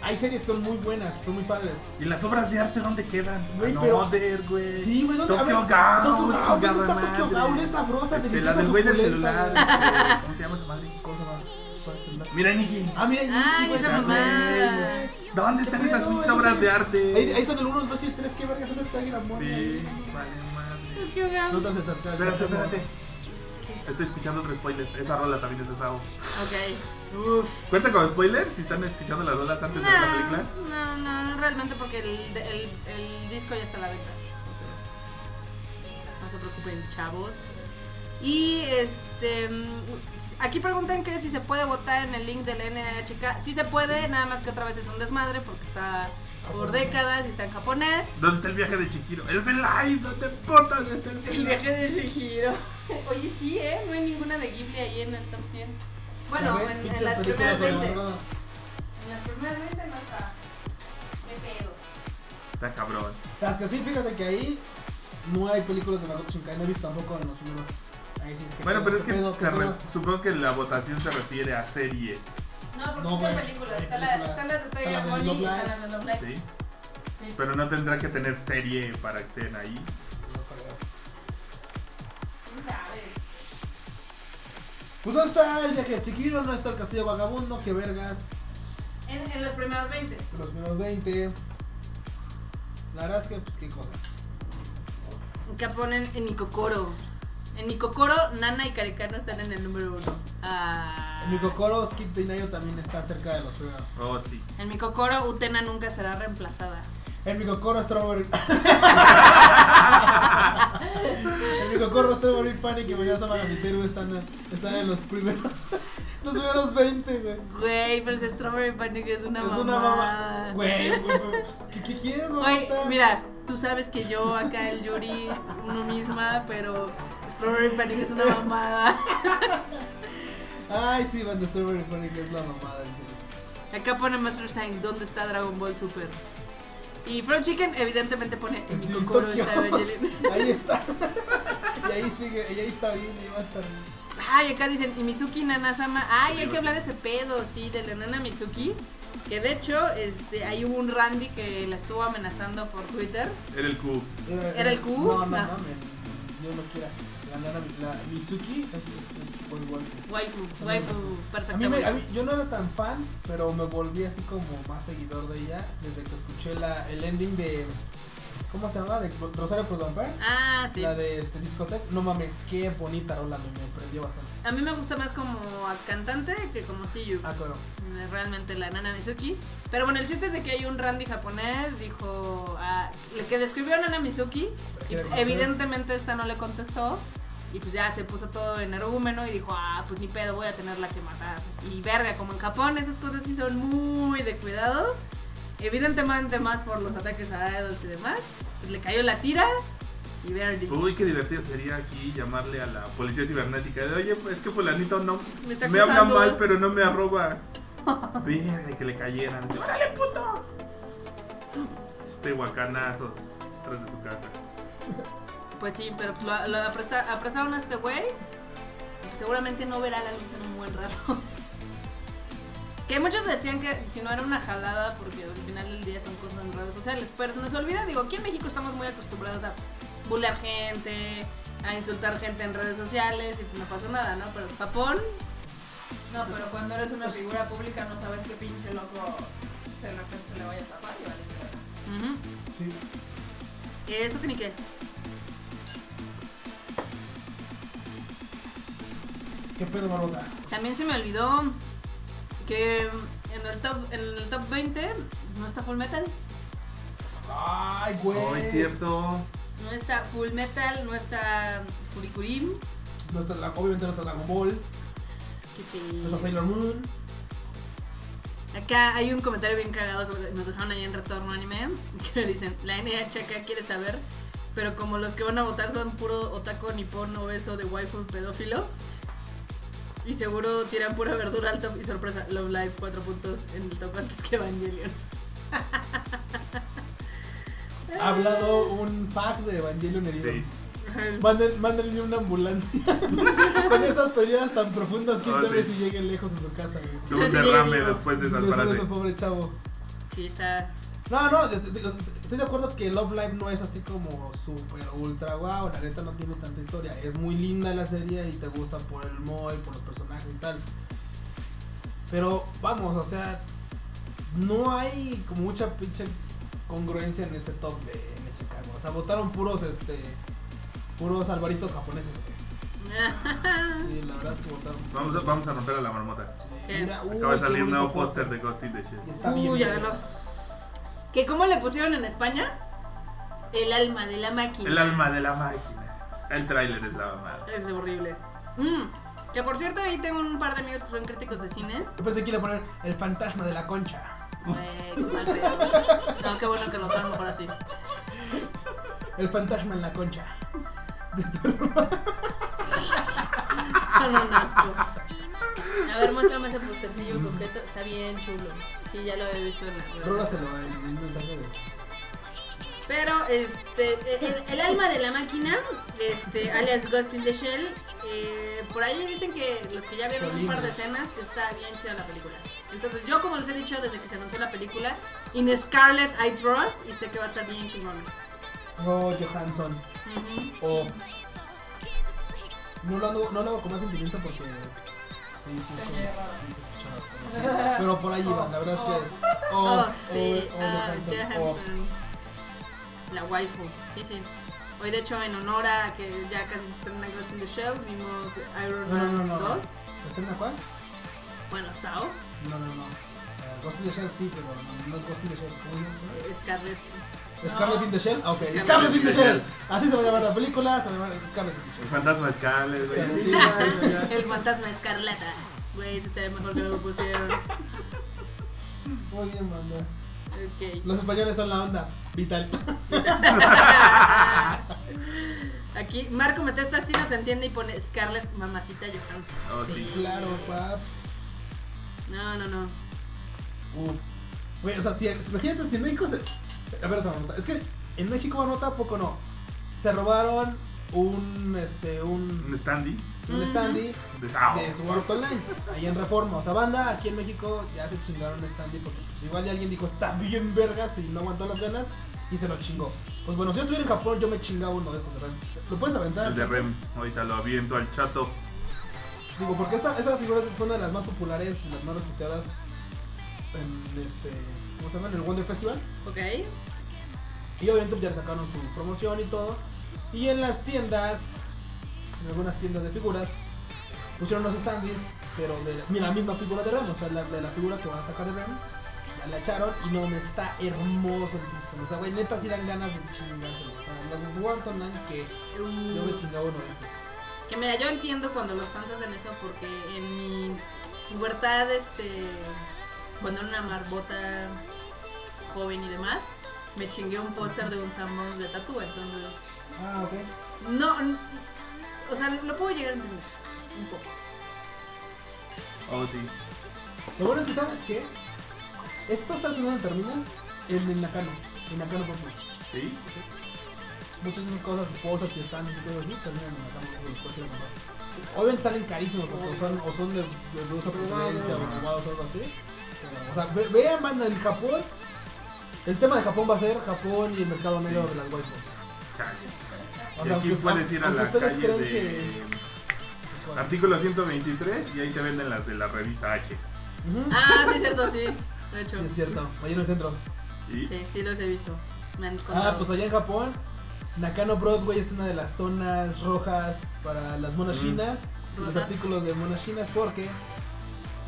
Speaker 3: Hay series que son muy buenas, que son muy padres.
Speaker 1: ¿Y las obras de arte dónde quedan?
Speaker 3: Güey,
Speaker 1: no,
Speaker 3: pero-
Speaker 1: joder, güey.
Speaker 3: Sí, güey, ¿dónde? a
Speaker 1: Tokyo Ghoul,
Speaker 3: ver, Tokyo Ghoul,
Speaker 1: chingada
Speaker 3: ¿dónde está Tokyo
Speaker 1: madre.
Speaker 3: Ghoul? Es sabrosa,
Speaker 1: Este,
Speaker 3: deliciosa,
Speaker 1: la del güey del
Speaker 3: suculenta,
Speaker 1: celular.
Speaker 3: güey.
Speaker 1: güey. ¿Cómo se llama su madre?
Speaker 3: ¿Cómo se llama? ¿Cuál es el nombre?
Speaker 1: Mira, Nikki.
Speaker 3: Ah, mira,
Speaker 2: Ay,
Speaker 3: güey,
Speaker 2: esa
Speaker 3: está,
Speaker 2: mamada.
Speaker 3: güey, güey.
Speaker 1: ¿Dónde están
Speaker 3: Qué
Speaker 1: esas
Speaker 3: pedo,
Speaker 1: pinches
Speaker 3: esas
Speaker 1: obras de
Speaker 3: series-
Speaker 1: arte?
Speaker 3: Ahí, ahí están el 1, el 2 y el 3. ¿Qué vergas hace Tiger Amor?
Speaker 1: Sí, vale, madre.
Speaker 3: No te haces el Tiger
Speaker 1: Espérate,
Speaker 3: Amor.
Speaker 1: espérate. Estoy escuchando otro spoiler. Esa rola también es de Sao.
Speaker 2: Ok. Uf.
Speaker 1: ¿Cuenta como spoiler si están escuchando las rolas antes
Speaker 2: No,
Speaker 1: de ver la película?
Speaker 2: no, no, no realmente porque el, el- el disco ya está a la venta. Entonces, no se preocupen, chavos. Y este. mm, Aquí preguntan que si se puede votar en el link del NHK. Sí se puede, nada más que otra vez es un desmadre porque está
Speaker 1: Ah,
Speaker 2: por décadas y está en japonés.
Speaker 1: ¿Dónde está el viaje de Chihiro? ¡El Live! ¡No te importa! ¿Dónde está el
Speaker 2: El
Speaker 1: Felive?
Speaker 2: viaje de Shihiro. Oye, sí, ¿eh? No hay ninguna de Ghibli ahí en el top 100. Bueno,
Speaker 3: Ya ves,
Speaker 2: en, en
Speaker 3: pinches
Speaker 2: las
Speaker 3: películas
Speaker 2: primeras 20. En
Speaker 3: sobrevaloradas.
Speaker 2: las primeras 20 no está. Qué pedo.
Speaker 1: Está cabrón.
Speaker 3: Las que sí, fíjate que ahí no hay películas de Madoka Shinkai. No he visto tampoco en los primeros. Ahí sí, que
Speaker 1: Bueno,
Speaker 3: pedo,
Speaker 1: pero es
Speaker 3: qué
Speaker 1: que
Speaker 3: pedo, qué
Speaker 1: se re-
Speaker 3: pedo.
Speaker 1: supongo que la votación se refiere a serie,
Speaker 2: No, porque
Speaker 3: No,
Speaker 2: está en
Speaker 3: güey,
Speaker 2: película.
Speaker 3: hay
Speaker 2: Está la,
Speaker 3: película.
Speaker 2: están las de
Speaker 3: Está
Speaker 2: Tiger
Speaker 3: la de
Speaker 2: Bunny y
Speaker 3: Love
Speaker 2: están
Speaker 3: Live.
Speaker 2: las de Love Live.
Speaker 1: ¿sí?
Speaker 2: Sí.
Speaker 1: Pero no tendrá que tener serie para que estén ahí.
Speaker 2: ¿Quién sabe?
Speaker 3: Pues no está el viaje de Chiquiro, no está el castillo vagabundo, que vergas,
Speaker 2: En, en los primeros 20.
Speaker 3: los primeros 20. La verdad es que, pues qué cosas.
Speaker 2: Que ponen en Nikokoro. En Nikokoro, Nana y Karikano están en el número 1. Ah.
Speaker 3: En mi Kokoro, Skip de Inayo también está cerca de los primeros.
Speaker 1: Oh, sí.
Speaker 2: En Nikokoro, Utena nunca será reemplazada.
Speaker 3: En mi Kokoro, Strawberry. en mi Kokoro, Strawberry Panic y María Samagamiteru están, están en los primeros. los primeros 20, güey.
Speaker 2: Güey, pero ese Strawberry Panic es una
Speaker 3: es una mamá. Güey, güey, güey, pues, ¿qué, qué quieres,
Speaker 2: Oye,
Speaker 3: mamá?
Speaker 2: mira, tú sabes que yo acá el Yuri, uno misma, pero Strawberry Panic es una mamada.
Speaker 3: Ay, sí, Van de Strawberry Panic es la mamada, en serio.
Speaker 2: Acá pone Master Sign, ¿dónde está Dragon Ball Super? Y Frog Chicken evidentemente pone en mi
Speaker 3: En
Speaker 2: cocoro
Speaker 3: Tokio.
Speaker 2: está Evangeline.
Speaker 3: Ahí está. Y ahí sigue, y ahí está bien, y va a estar bien.
Speaker 2: Ay, acá dicen, y Mizuki Nanasama. Ay, hay que hablar de ese pedo, sí, de la nana Mizuki. Que de hecho, este, ahí hubo un Randy que la estuvo amenazando por Twitter.
Speaker 1: Era el Q.
Speaker 2: ¿Era el Q?
Speaker 3: Eh, No, no,
Speaker 2: No.
Speaker 3: mames. Dios no quiera. Ganar a mi- la Mizuki es, es, es buen golpe.
Speaker 2: Waifu, waifu,
Speaker 3: A mí, me-
Speaker 2: perfectamente.
Speaker 3: a mí- yo no era tan fan, pero me volví así como más seguidor de ella desde que escuché la, el ending de. ¿Cómo se llama? De Rosario Cruz Vampire.
Speaker 2: Ah, sí.
Speaker 3: La de este, Discotec. No mames, qué bonita rola, me, me prendió bastante.
Speaker 2: A mí me gusta más como a cantante que como Siyu.
Speaker 3: Ah, claro.
Speaker 2: Realmente la nana Mizuki. Pero bueno, el chiste es de que hay un Randy japonés, dijo. ah, le que describió a Nana Mizuki. Y pues, evidentemente esta no le contestó. Y pues ya se puso todo en energúmeno y dijo, ah, pues ni pedo, voy a tenerla que matar. Y verga, como en Japón esas cosas sí son muy de cuidado. Evidentemente más por los ataques a Idols y demás. Pues le cayó la tira y Verdi.
Speaker 1: Uy, qué divertido sería aquí llamarle a la policía cibernética de, oye, pues es que fulanito no
Speaker 2: Me está
Speaker 1: me habla
Speaker 2: acusando".
Speaker 1: mal, pero no me arroba. Bien, que le cayeran. Dice, ¡Órale, puto! Este guacanazos tras de su casa.
Speaker 2: Pues sí, pero pues lo, lo apresta- apresaron a este güey. Seguramente no verá la luz en un buen rato. Que muchos decían que si no era una jalada, porque al final del día son cosas en redes sociales. Pero se nos olvida, digo, aquí en México estamos muy acostumbrados a bullear gente, a insultar gente en redes sociales y pues no pasa nada, ¿no? Pero en Japón,
Speaker 4: No, pero cuando eres una figura pública no sabes qué pinche loco de repente se le vaya a tapar y vale. verga.
Speaker 2: ujú,
Speaker 3: Sí.
Speaker 2: eso que ni qué.
Speaker 3: ¿Qué pedo, Barbota?
Speaker 2: También se me olvidó que en el top, en el top 20 no está Full Metal.
Speaker 3: Ay, güey.
Speaker 1: No, es cierto.
Speaker 2: No está Full Metal, no está Furikurim.
Speaker 3: No está la- obviamente no está Dragon Ball,
Speaker 2: que
Speaker 3: no está
Speaker 2: te-
Speaker 3: Sailor Moon.
Speaker 2: Acá hay un comentario bien cagado que nos dejaron ahí en Retorno Anime. Que dicen: La NH acá quiere saber, pero como los que van a votar son puro otaco nipón obeso de waifu pedófilo. Y seguro tiran pura verdura al top y sorpresa, Love Live 4 puntos en el top antes que Evangelion. Eh.
Speaker 3: Ha hablado un pack de Evangelion herido.
Speaker 1: Sí.
Speaker 3: Manden- mándenle una ambulancia. Con esas peleas tan profundas, quién
Speaker 1: Ah, sí.
Speaker 3: sabe
Speaker 1: pues,
Speaker 3: si lleguen lejos a su casa, güey.
Speaker 1: Tuvo un
Speaker 2: Sí, sí,
Speaker 1: derrame
Speaker 2: digo.
Speaker 1: después de
Speaker 3: Sí,
Speaker 1: esas
Speaker 3: le suena a
Speaker 1: frases.
Speaker 3: ese pobre chavo.
Speaker 2: Sí, está.
Speaker 3: No, no, es- digo, estoy de acuerdo que Love Live no es así como super ultra wow, la neta no tiene tanta historia. Es muy linda la serie y te gusta por el mod, por los personajes y tal. Pero vamos, o sea, no hay como mucha pinche congruencia en ese top de NHK. O sea, votaron puros este puros alvaritos japoneses. güey.
Speaker 2: ah.
Speaker 3: Sí, la verdad es que votaron.
Speaker 1: Vamos a, vamos a romper a la marmota.
Speaker 2: ¿Qué?
Speaker 3: Mira, uy,
Speaker 1: Acaba de
Speaker 3: qué
Speaker 1: salir un
Speaker 3: bonito
Speaker 1: nuevo póster de Ghost in the Shell.
Speaker 3: Y Está
Speaker 2: Uy,
Speaker 3: bien.
Speaker 2: ya
Speaker 3: verga.
Speaker 2: ganó. ¿Que cómo le pusieron en España? El alma de la máquina.
Speaker 1: El alma de la máquina. El tráiler es la mamada.
Speaker 2: Es horrible. Mm, Que por cierto, ahí tengo un par de amigos que son críticos de cine.
Speaker 3: Yo pensé que iba a poner el fantasma de la concha.
Speaker 2: Eh, qué mal pedo. No, qué bueno que lo tomaron mejor así.
Speaker 3: El fantasma en la concha.
Speaker 2: Son un asco. A ver, muéstrame ese postercillo coqueto. Está bien chulo. Sí, ya lo he visto en la
Speaker 3: Rólaselo en un mensaje de.
Speaker 2: Pero este, el, el alma de la máquina, este, alias Ghost in the Shell, eh, por ahí dicen que los que ya vieron un par de escenas está bien chida la película. Entonces yo como les he dicho desde que se anunció la película, In Scarlet I Trust y sé que va a estar bien chingona.
Speaker 3: Oh, Johansson.
Speaker 2: Ujú.
Speaker 3: O. No lo, ando, no lo hago con más sentimiento porque. Sí, sí, es
Speaker 4: Te
Speaker 3: como-
Speaker 4: lleva.
Speaker 3: sí, se escuchaba. como- sí. Pero por ahí iba, la verdad es que.
Speaker 2: Oh,
Speaker 3: O,
Speaker 2: sí,
Speaker 3: o- o
Speaker 2: ah,
Speaker 3: Johansson, o-
Speaker 2: Johansson.
Speaker 3: oh.
Speaker 2: La waifu, sí, sí. Hoy de hecho en honor a que ya casi se estrena Ghost in the Shell, vimos Iron
Speaker 3: No, no,
Speaker 2: Man
Speaker 3: no, no.
Speaker 2: 2,
Speaker 3: Oh, ¿Se estrena cuál?
Speaker 2: bueno, Sao,
Speaker 3: No, no, no. Eh, Ghost in the Shell sí, pero no, no es Ghost in the Shell. ¿Cómo es?
Speaker 2: Scarlet.
Speaker 3: Scarlet in the Shell. Ah, Ok,
Speaker 2: Scarlet
Speaker 3: Scarlet
Speaker 1: in
Speaker 3: in the
Speaker 1: the
Speaker 3: Shell.
Speaker 1: Shell.
Speaker 3: Así se va a llamar la película, se va a llamar Scarlet in the
Speaker 1: El
Speaker 3: Shell.
Speaker 1: fantasma de Scarlett, güey.
Speaker 3: Scarlet, sí, sí, sí, sí.
Speaker 2: El fantasma escarlata. Güey, eso estaría mejor que no lo pusieron.
Speaker 3: Muy bien, manda.
Speaker 2: Ok.
Speaker 3: Los españoles son la onda. Vital.
Speaker 2: Aquí Marco me testa así no se entiende y pone Scarlett Mamacita Johansson.
Speaker 1: Oh,
Speaker 3: Pues
Speaker 1: sí.
Speaker 3: claro, paps.
Speaker 2: No, no, no.
Speaker 3: Uf. Güey, o sea, si, imagínate si en México se. A ver, toma nota. Es que en México, nota, ¿a poco no? Se robaron un este un,
Speaker 1: Un standee
Speaker 3: un
Speaker 2: Mm.
Speaker 3: standee
Speaker 1: de Sao.
Speaker 3: de Sword Art Online, ahí en Reforma. O sea, banda, aquí en México ya se chingaron el standee porque pues, igual ya alguien dijo, está bien vergas y no aguantó las ganas y se lo chingó. Pues bueno, si yo estuviera en Japón, yo me chingaba uno de estos, ¿verdad? ¿Lo puedes aventar?
Speaker 1: El de Rem. Ahorita lo aviento al chato.
Speaker 3: Digo, porque esta, esta figura fue una de las más populares y las más reputadas en este, ¿cómo se llama? En el Wonder Festival.
Speaker 2: Ok.
Speaker 3: Y obviamente ya le sacaron su promoción y todo. Y en las tiendas, en algunas tiendas de figuras, pusieron los standees, pero de la, mira, la misma figura de Ram, o sea, la, de la figura que van a sacar de Ram, ya la echaron y no, me está hermoso el Kingston. O sea, güey, neta sí dan ganas de chingárselo. O sea, las de Sword Art Online que yo me chingaba uno de estos.
Speaker 2: Um, Que mira, yo entiendo cuando los fans hacen eso porque en mi pubertad, este, cuando era una marbota joven y demás, me chingué un póster de un Samus de tatú, entonces
Speaker 3: Ah, ok.
Speaker 2: no, n- o sea, lo puedo llegar a entender un poco.
Speaker 1: Oh, sí.
Speaker 3: Lo bueno es que, ¿sabes qué? Esto se hace en el terminal, en el Nakano, en Nakano por favor.
Speaker 1: ¿Sí?
Speaker 3: muchas de esas cosas, posas y stands y cosas así, terminan en la cama de los cosillas nomás. Obviamente salen carísimos porque o son, o son de, de dudosa procedencia o robados o algo así. Pero, o sea, ve- vean, banda, en Japón. El tema de Japón va a ser Japón y el mercado negro de las waifus.
Speaker 1: Chale.
Speaker 3: O
Speaker 1: Y
Speaker 3: sea,
Speaker 1: aquí
Speaker 3: aunque-
Speaker 1: puedes ir a
Speaker 3: aunque
Speaker 1: la
Speaker 3: ustedes
Speaker 1: calle
Speaker 3: creen
Speaker 1: de. Artículo 123 y ahí te venden las de la revista H.
Speaker 3: Ujú.
Speaker 2: Ah, sí, cierto, sí, de hecho.
Speaker 3: Sí, es cierto, ahí en el centro.
Speaker 1: ¿Sí?
Speaker 2: Sí, sí los he visto. Me han contado.
Speaker 3: Ah, pues allá en Japón, Nakano Broadway es una de las zonas rojas para las monas
Speaker 1: Mm.
Speaker 3: chinas, los
Speaker 2: Rosa.
Speaker 3: artículos de monas chinas, porque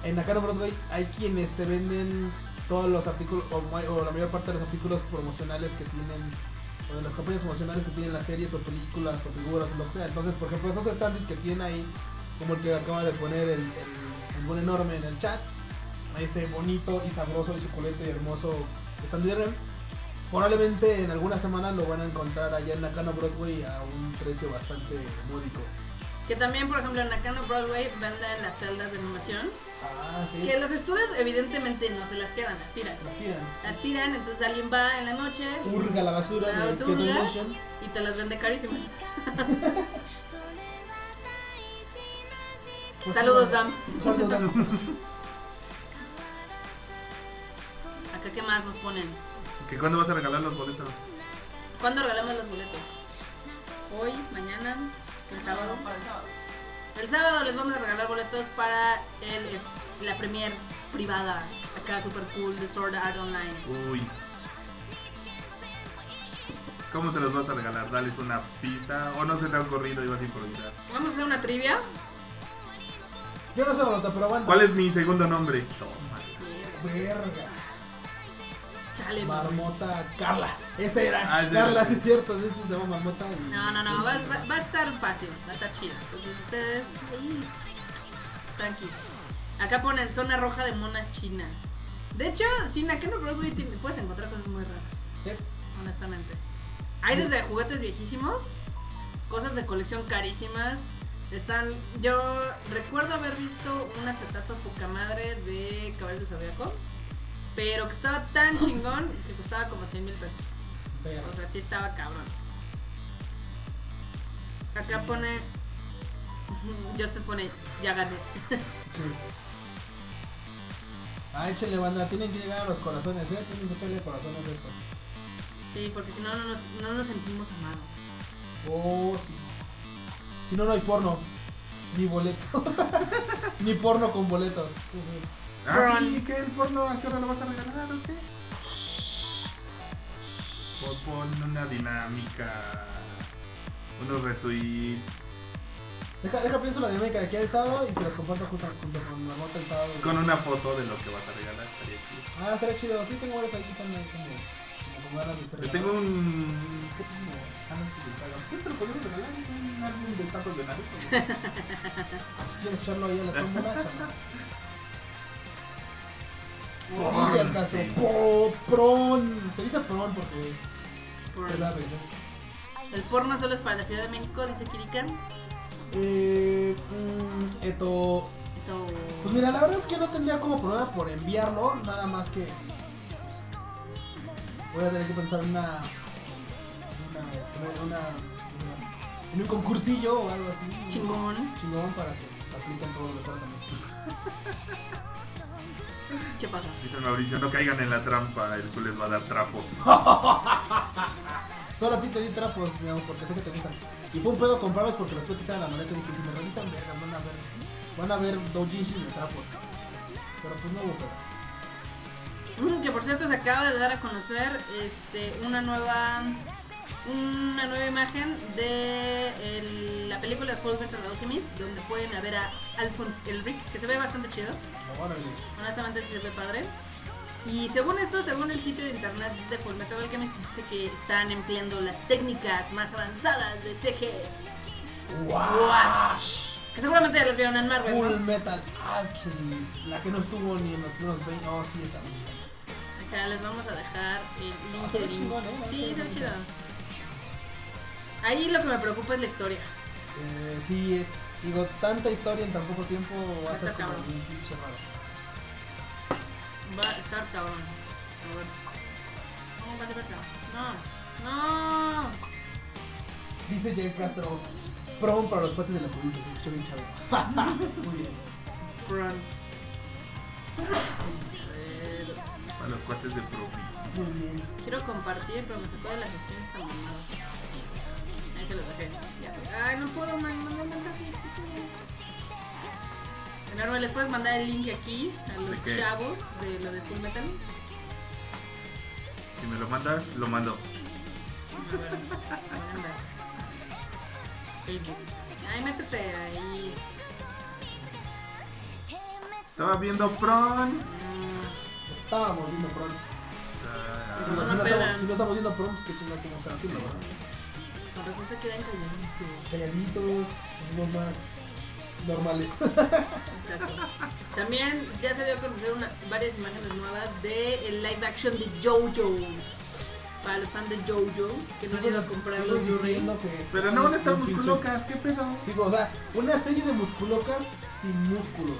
Speaker 3: en Nakano Broadway hay quienes te venden todos los artículos, o, ma- o la mayor parte de los artículos promocionales que tienen, o de las compañías promocionales que tienen las series o películas o figuras o lo que sea. Entonces, por ejemplo, esos stands que tienen ahí, como el que acaba de poner el, el, el buen enorme en el chat, ese bonito y sabroso y suculento y hermoso stand de Rem, Probablemente en algunas semanas lo van a encontrar allá en Nakano Broadway a un precio bastante módico.
Speaker 2: Que también, por ejemplo, en Nakano Broadway venden las celdas de animación.
Speaker 3: Ah, sí.
Speaker 2: Que los estudios evidentemente no se las quedan, las tiran.
Speaker 3: Las tiran.
Speaker 2: Las tiran, entonces alguien va en la noche
Speaker 3: Hurga la basura
Speaker 2: La
Speaker 3: de
Speaker 2: basura.
Speaker 3: Keto Motion.
Speaker 2: y te las vende carísimas.
Speaker 3: Pues,
Speaker 2: Saludos,
Speaker 3: bueno,
Speaker 2: Dam.
Speaker 3: Saludos, Dam.
Speaker 2: Acá, ¿qué más nos ponen?
Speaker 1: ¿Que cuándo vas a regalar los boletos?
Speaker 2: ¿Cuándo regalamos los boletos? Hoy, mañana, el sábado.
Speaker 4: Para el sábado.
Speaker 2: El sábado les vamos a regalar boletos para el, eh, la premier privada. Acá, super cool, de Sword Art Online.
Speaker 1: Uy. ¿Cómo te los vas a regalar? ¿Dales una pita? ¿O no se te ha ocurrido y vas a improvisar?
Speaker 2: Vamos a hacer una trivia.
Speaker 3: Yo no sé balota, pero aguanta.
Speaker 1: ¿Cuál es mi segundo nombre? Toma.
Speaker 3: Verga.
Speaker 2: Chale, no.
Speaker 3: Marmota Carla. Esa era.
Speaker 1: Ah, sí,
Speaker 3: Carla,
Speaker 1: sí.
Speaker 3: sí es cierto. Sí, sí, se llama Marmota. y-
Speaker 2: No, no, no, va, va- va a estar fácil, va a estar chido. Entonces ustedes, tranquilos. Acá ponen zona roja de monas chinas. De hecho, sin Nakano Broadway te- puedes encontrar cosas muy raras,
Speaker 3: Sí.
Speaker 2: honestamente. Hay desde juguetes viejísimos, cosas de colección carísimas. Están, yo recuerdo haber visto un acetato poca madre de Caballeros de Zodíaco, pero que estaba tan chingón que costaba como 100 mil pesos.
Speaker 3: Verga.
Speaker 2: O sea, sí estaba cabrón. Acá pone. Justin pone, ya gané.
Speaker 3: Sí. Ah, échenle banda, tienen que llegar a los corazones, ¿eh? Tienen que echarle corazones a esto.
Speaker 2: Sí, porque si no, no nos, no nos sentimos amados.
Speaker 3: Oh, sí. Si no, no hay porno. Ni boletos. Ni porno con boletos.
Speaker 1: Ah, sí, ¿qué? ¿El porno? ¿A qué hora lo vas a regalar o qué? Pon- Pues Pon una dinámica. Unos retweets.
Speaker 3: Deja, deja pienso la dinámica de aquí el sábado y se las comparto junto, junto con la moto el sábado.
Speaker 1: Con una foto de lo que vas a regalar. estaría chido.
Speaker 3: Ah, estaría chido. Sí, tengo varios ahí que están ahí como, como con ganas de ser
Speaker 1: Yo tengo un. ¿Qué tengo? Ah, no, que te hagan. ¿Qué te lo podemos regalar? Un álbum de tacos de Naruto.
Speaker 3: Si quieres echarlo ahí a la tómbola, chaval. Sí, al caso.
Speaker 1: Sí.
Speaker 3: Po- Pron. Se dice pron porque
Speaker 2: Por-
Speaker 3: se sabe. ¿no?
Speaker 2: El porno solo es para la Ciudad de México, dice Kirikan.
Speaker 3: Eh, mm, eto,
Speaker 2: Esto.
Speaker 3: Pues mira, la verdad es que no tendría como problema por enviarlo, nada más que pues, voy a tener que pensar una una, una, una- en un concursillo o algo así.
Speaker 2: Chingón.
Speaker 3: Chingón para que se apliquen todos los tratamientos.
Speaker 2: ¿Qué pasa?
Speaker 1: Dice Mauricio, no caigan en la trampa, el Zul les va a dar trapo.
Speaker 3: Solo a ti te di trapos, mi amor, porque sé que te gustan. Y fue un pedo comprarlos porque los tuve que echar a la maleta y dije, si me revisan, verga, van a ver, van a ver doujinshi de trapos. Pero pues no hubo pedo.
Speaker 2: Mm, Que por cierto se acaba de dar a conocer este una nueva una nueva imagen de el- la película de Full Metal Alchemist donde pueden ver a Alphonse Elric que se ve bastante chido.
Speaker 3: Órale.
Speaker 2: Honestamente sí se ve padre. Y según esto, según el sitio de internet de Fullmetal Alchemist, dice que están empleando las técnicas más avanzadas de CG. Wash. Que seguramente ya las vieron en Marvel,
Speaker 3: Full
Speaker 2: ¿no?
Speaker 3: Metal Alchemist, la que no estuvo ni en los primeros 20. Oh, sí, esa.
Speaker 2: Acá les vamos a dejar el link
Speaker 3: se ve
Speaker 2: del-
Speaker 3: chingón, ¿eh?
Speaker 2: Sí,
Speaker 3: Se
Speaker 2: está
Speaker 3: ve
Speaker 2: chido.
Speaker 3: chingón.
Speaker 2: Ahí lo que me preocupa es la historia.
Speaker 3: Eh, sí, eh, digo, tanta historia en tan poco tiempo va a ser
Speaker 2: Está
Speaker 3: como
Speaker 2: cabrón.
Speaker 3: un pinche raro.
Speaker 2: Va a estar cabrón. A ver. ¿Cómo va a estar cabrón? No. No.
Speaker 3: Dice Jay Castro, prom para los cuates de la provincia, se escucha bien chavo. Muy bien.
Speaker 2: Run.
Speaker 1: A los cuates de profi.
Speaker 3: Muy bien.
Speaker 2: Quiero compartir, pero me sacó de la sesión esta mamada. Ahí se los dejé. Ya. Ay, no puedo man- mandar mensajes. Enorme, les puedes mandar el link aquí a los
Speaker 1: ¿De qué?
Speaker 2: chavos de lo de Full Metal.
Speaker 1: Si me lo mandas, lo mando.
Speaker 2: A ver, anda. Facebook. Ay, métete ahí.
Speaker 1: Estaba viendo Pron.
Speaker 2: Mm,
Speaker 3: Estábamos viendo prom.
Speaker 1: Ah,
Speaker 3: Pues,
Speaker 2: no
Speaker 3: si, no
Speaker 2: pelan.
Speaker 3: estamos, si no estamos viendo prom, pues qué chingada que no está haciendo, ¿verdad?
Speaker 2: Con razón se quedan calladitos.
Speaker 3: Calladitos, no más normales.
Speaker 2: Exacto. También ya salió a conocer una- varias imágenes nuevas de el live action de JoJo's. Para los fans de JoJo's que no han ido a comprar
Speaker 3: Sigo
Speaker 2: los Blu-ray.
Speaker 3: insistiendo que-
Speaker 1: Pero no van a estar
Speaker 3: Pinches-
Speaker 1: musculocas, ¿qué pedo?
Speaker 3: Sí, o sea, una serie de musculocas sin músculos.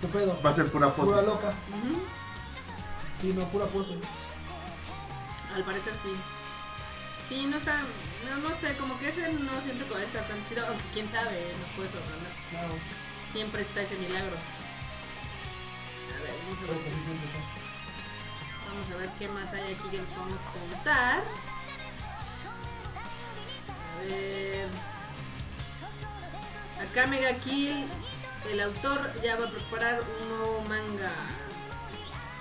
Speaker 3: ¿Qué pedo?
Speaker 1: Va a ser pura
Speaker 3: Pura
Speaker 1: pose.
Speaker 3: loca.
Speaker 2: Ujú.
Speaker 3: Sí, no, pura pose.
Speaker 2: Al parecer sí. Sí, no está. No, no sé, como que ese no siento que va a estar tan chido. Aunque quién sabe, nos puede sorprender.
Speaker 3: Claro,
Speaker 2: Siempre está ese milagro. A ver, vamos a
Speaker 3: pero
Speaker 2: ver,
Speaker 3: sí, sí, sí,
Speaker 2: vamos a ver qué más hay aquí que nos podemos contar. A ver. Acá Mega Kill, el autor ya va a preparar un nuevo manga.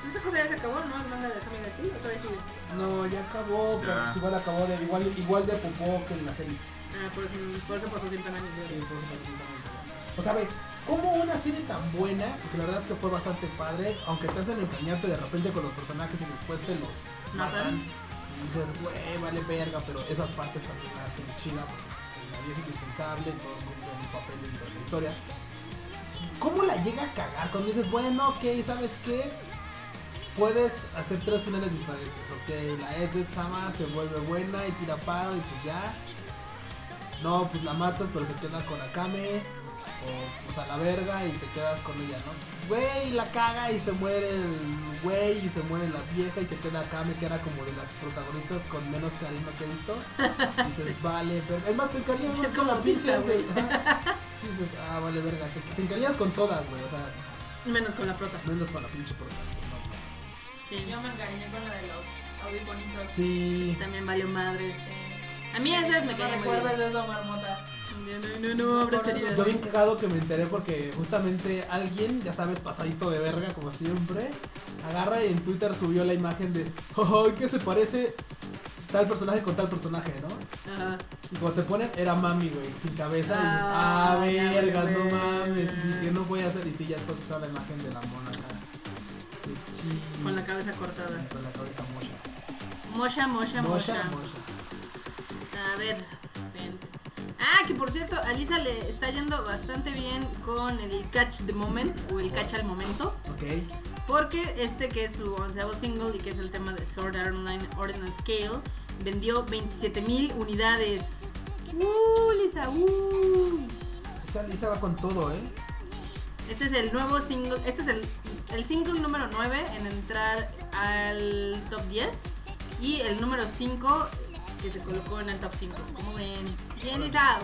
Speaker 2: Esa cosa ya se acabó, ¿no? El manga de Acá Mega Kill, otra vez sigue.
Speaker 3: sí. No, ya acabó, pero
Speaker 1: Ya.
Speaker 3: pues igual acabó de igual, igual de popó que en la serie.
Speaker 2: Ah, por eso, por eso pasó 100 años.
Speaker 3: Sí, por eso me gusta mucho. O sea, ve, como una serie tan buena, porque la verdad es que fue bastante padre, aunque te hacen engañarte de repente con los personajes y después te los
Speaker 2: Matan.
Speaker 3: matan. Y dices, güey, vale verga, pero esas partes también las hacen chila, porque nadie es indispensable, todos cumplen un papel dentro de la historia. ¿Cómo la llega a cagar cuando dices, bueno, ok, ¿sabes qué? Puedes hacer tres finales diferentes, ok, la es de Sama se vuelve buena y tira paro y pues ya. No, pues la matas pero se queda con Akame o pues a la verga y te quedas con ella, ¿no? Güey, la caga y se muere el güey y se muere la vieja y se queda Akame que era como de las protagonistas con menos carisma que he visto. Y dices, vale, pero es más te encariñas
Speaker 2: Sí,
Speaker 3: más
Speaker 2: es
Speaker 3: con
Speaker 2: como
Speaker 3: la pinche
Speaker 2: autista,
Speaker 3: de- Sí, dices, ah, vale verga, te, te encariñas con todas, güey, o sea,
Speaker 2: Menos con la prota.
Speaker 3: menos con la pinche protagonista. ¿no?
Speaker 2: Sí,
Speaker 4: Yo me encariñé con la de los audifonitos.
Speaker 3: Sí.
Speaker 2: también valió madres.
Speaker 4: Sí.
Speaker 2: A mí ese me caía
Speaker 4: Me
Speaker 2: muy
Speaker 4: recuerda
Speaker 2: bien.
Speaker 4: el dedo marmota.
Speaker 2: No, no, no, no abras heridas.
Speaker 3: Yo bien cagado que me enteré porque justamente alguien, ya sabes, pasadito de verga como siempre, agarra y en Twitter subió la imagen de, ¡ay, que se parece tal personaje con tal personaje, ¿no?
Speaker 2: Ajá.
Speaker 3: Y cuando te ponen, era mami, güey, sin cabeza.
Speaker 2: Ah,
Speaker 3: y dices, ah,
Speaker 2: ya
Speaker 3: verga,
Speaker 2: vale,
Speaker 3: no
Speaker 2: verga".
Speaker 3: mames. Y dije, no voy a hacer. Y sí, ya después pusieron la imagen de la mona acá. Es chido.
Speaker 2: Con la cabeza cortada.
Speaker 3: Con la cabeza mocha.
Speaker 2: Mosha, mosha,
Speaker 3: Mocha,
Speaker 2: mosha.
Speaker 3: mocha.
Speaker 2: A ver. espérense. Ah, que por cierto, a Lisa le está yendo bastante bien con el Catch the Moment o el Catch al Momento.
Speaker 3: Ok.
Speaker 2: Porque este que es su onceavo single y que es el tema de Sword Art Online Ordinal Scale vendió 27.000 unidades. ¡Uh, Lisa! ¡Uh!
Speaker 3: Esa Lisa va con todo, ¿eh?
Speaker 2: Este es el nuevo single, este es el, el single número 9 en entrar al top 10 y el número 5 que se colocó en el top 5. ¿Cómo ven? Bien, Isao.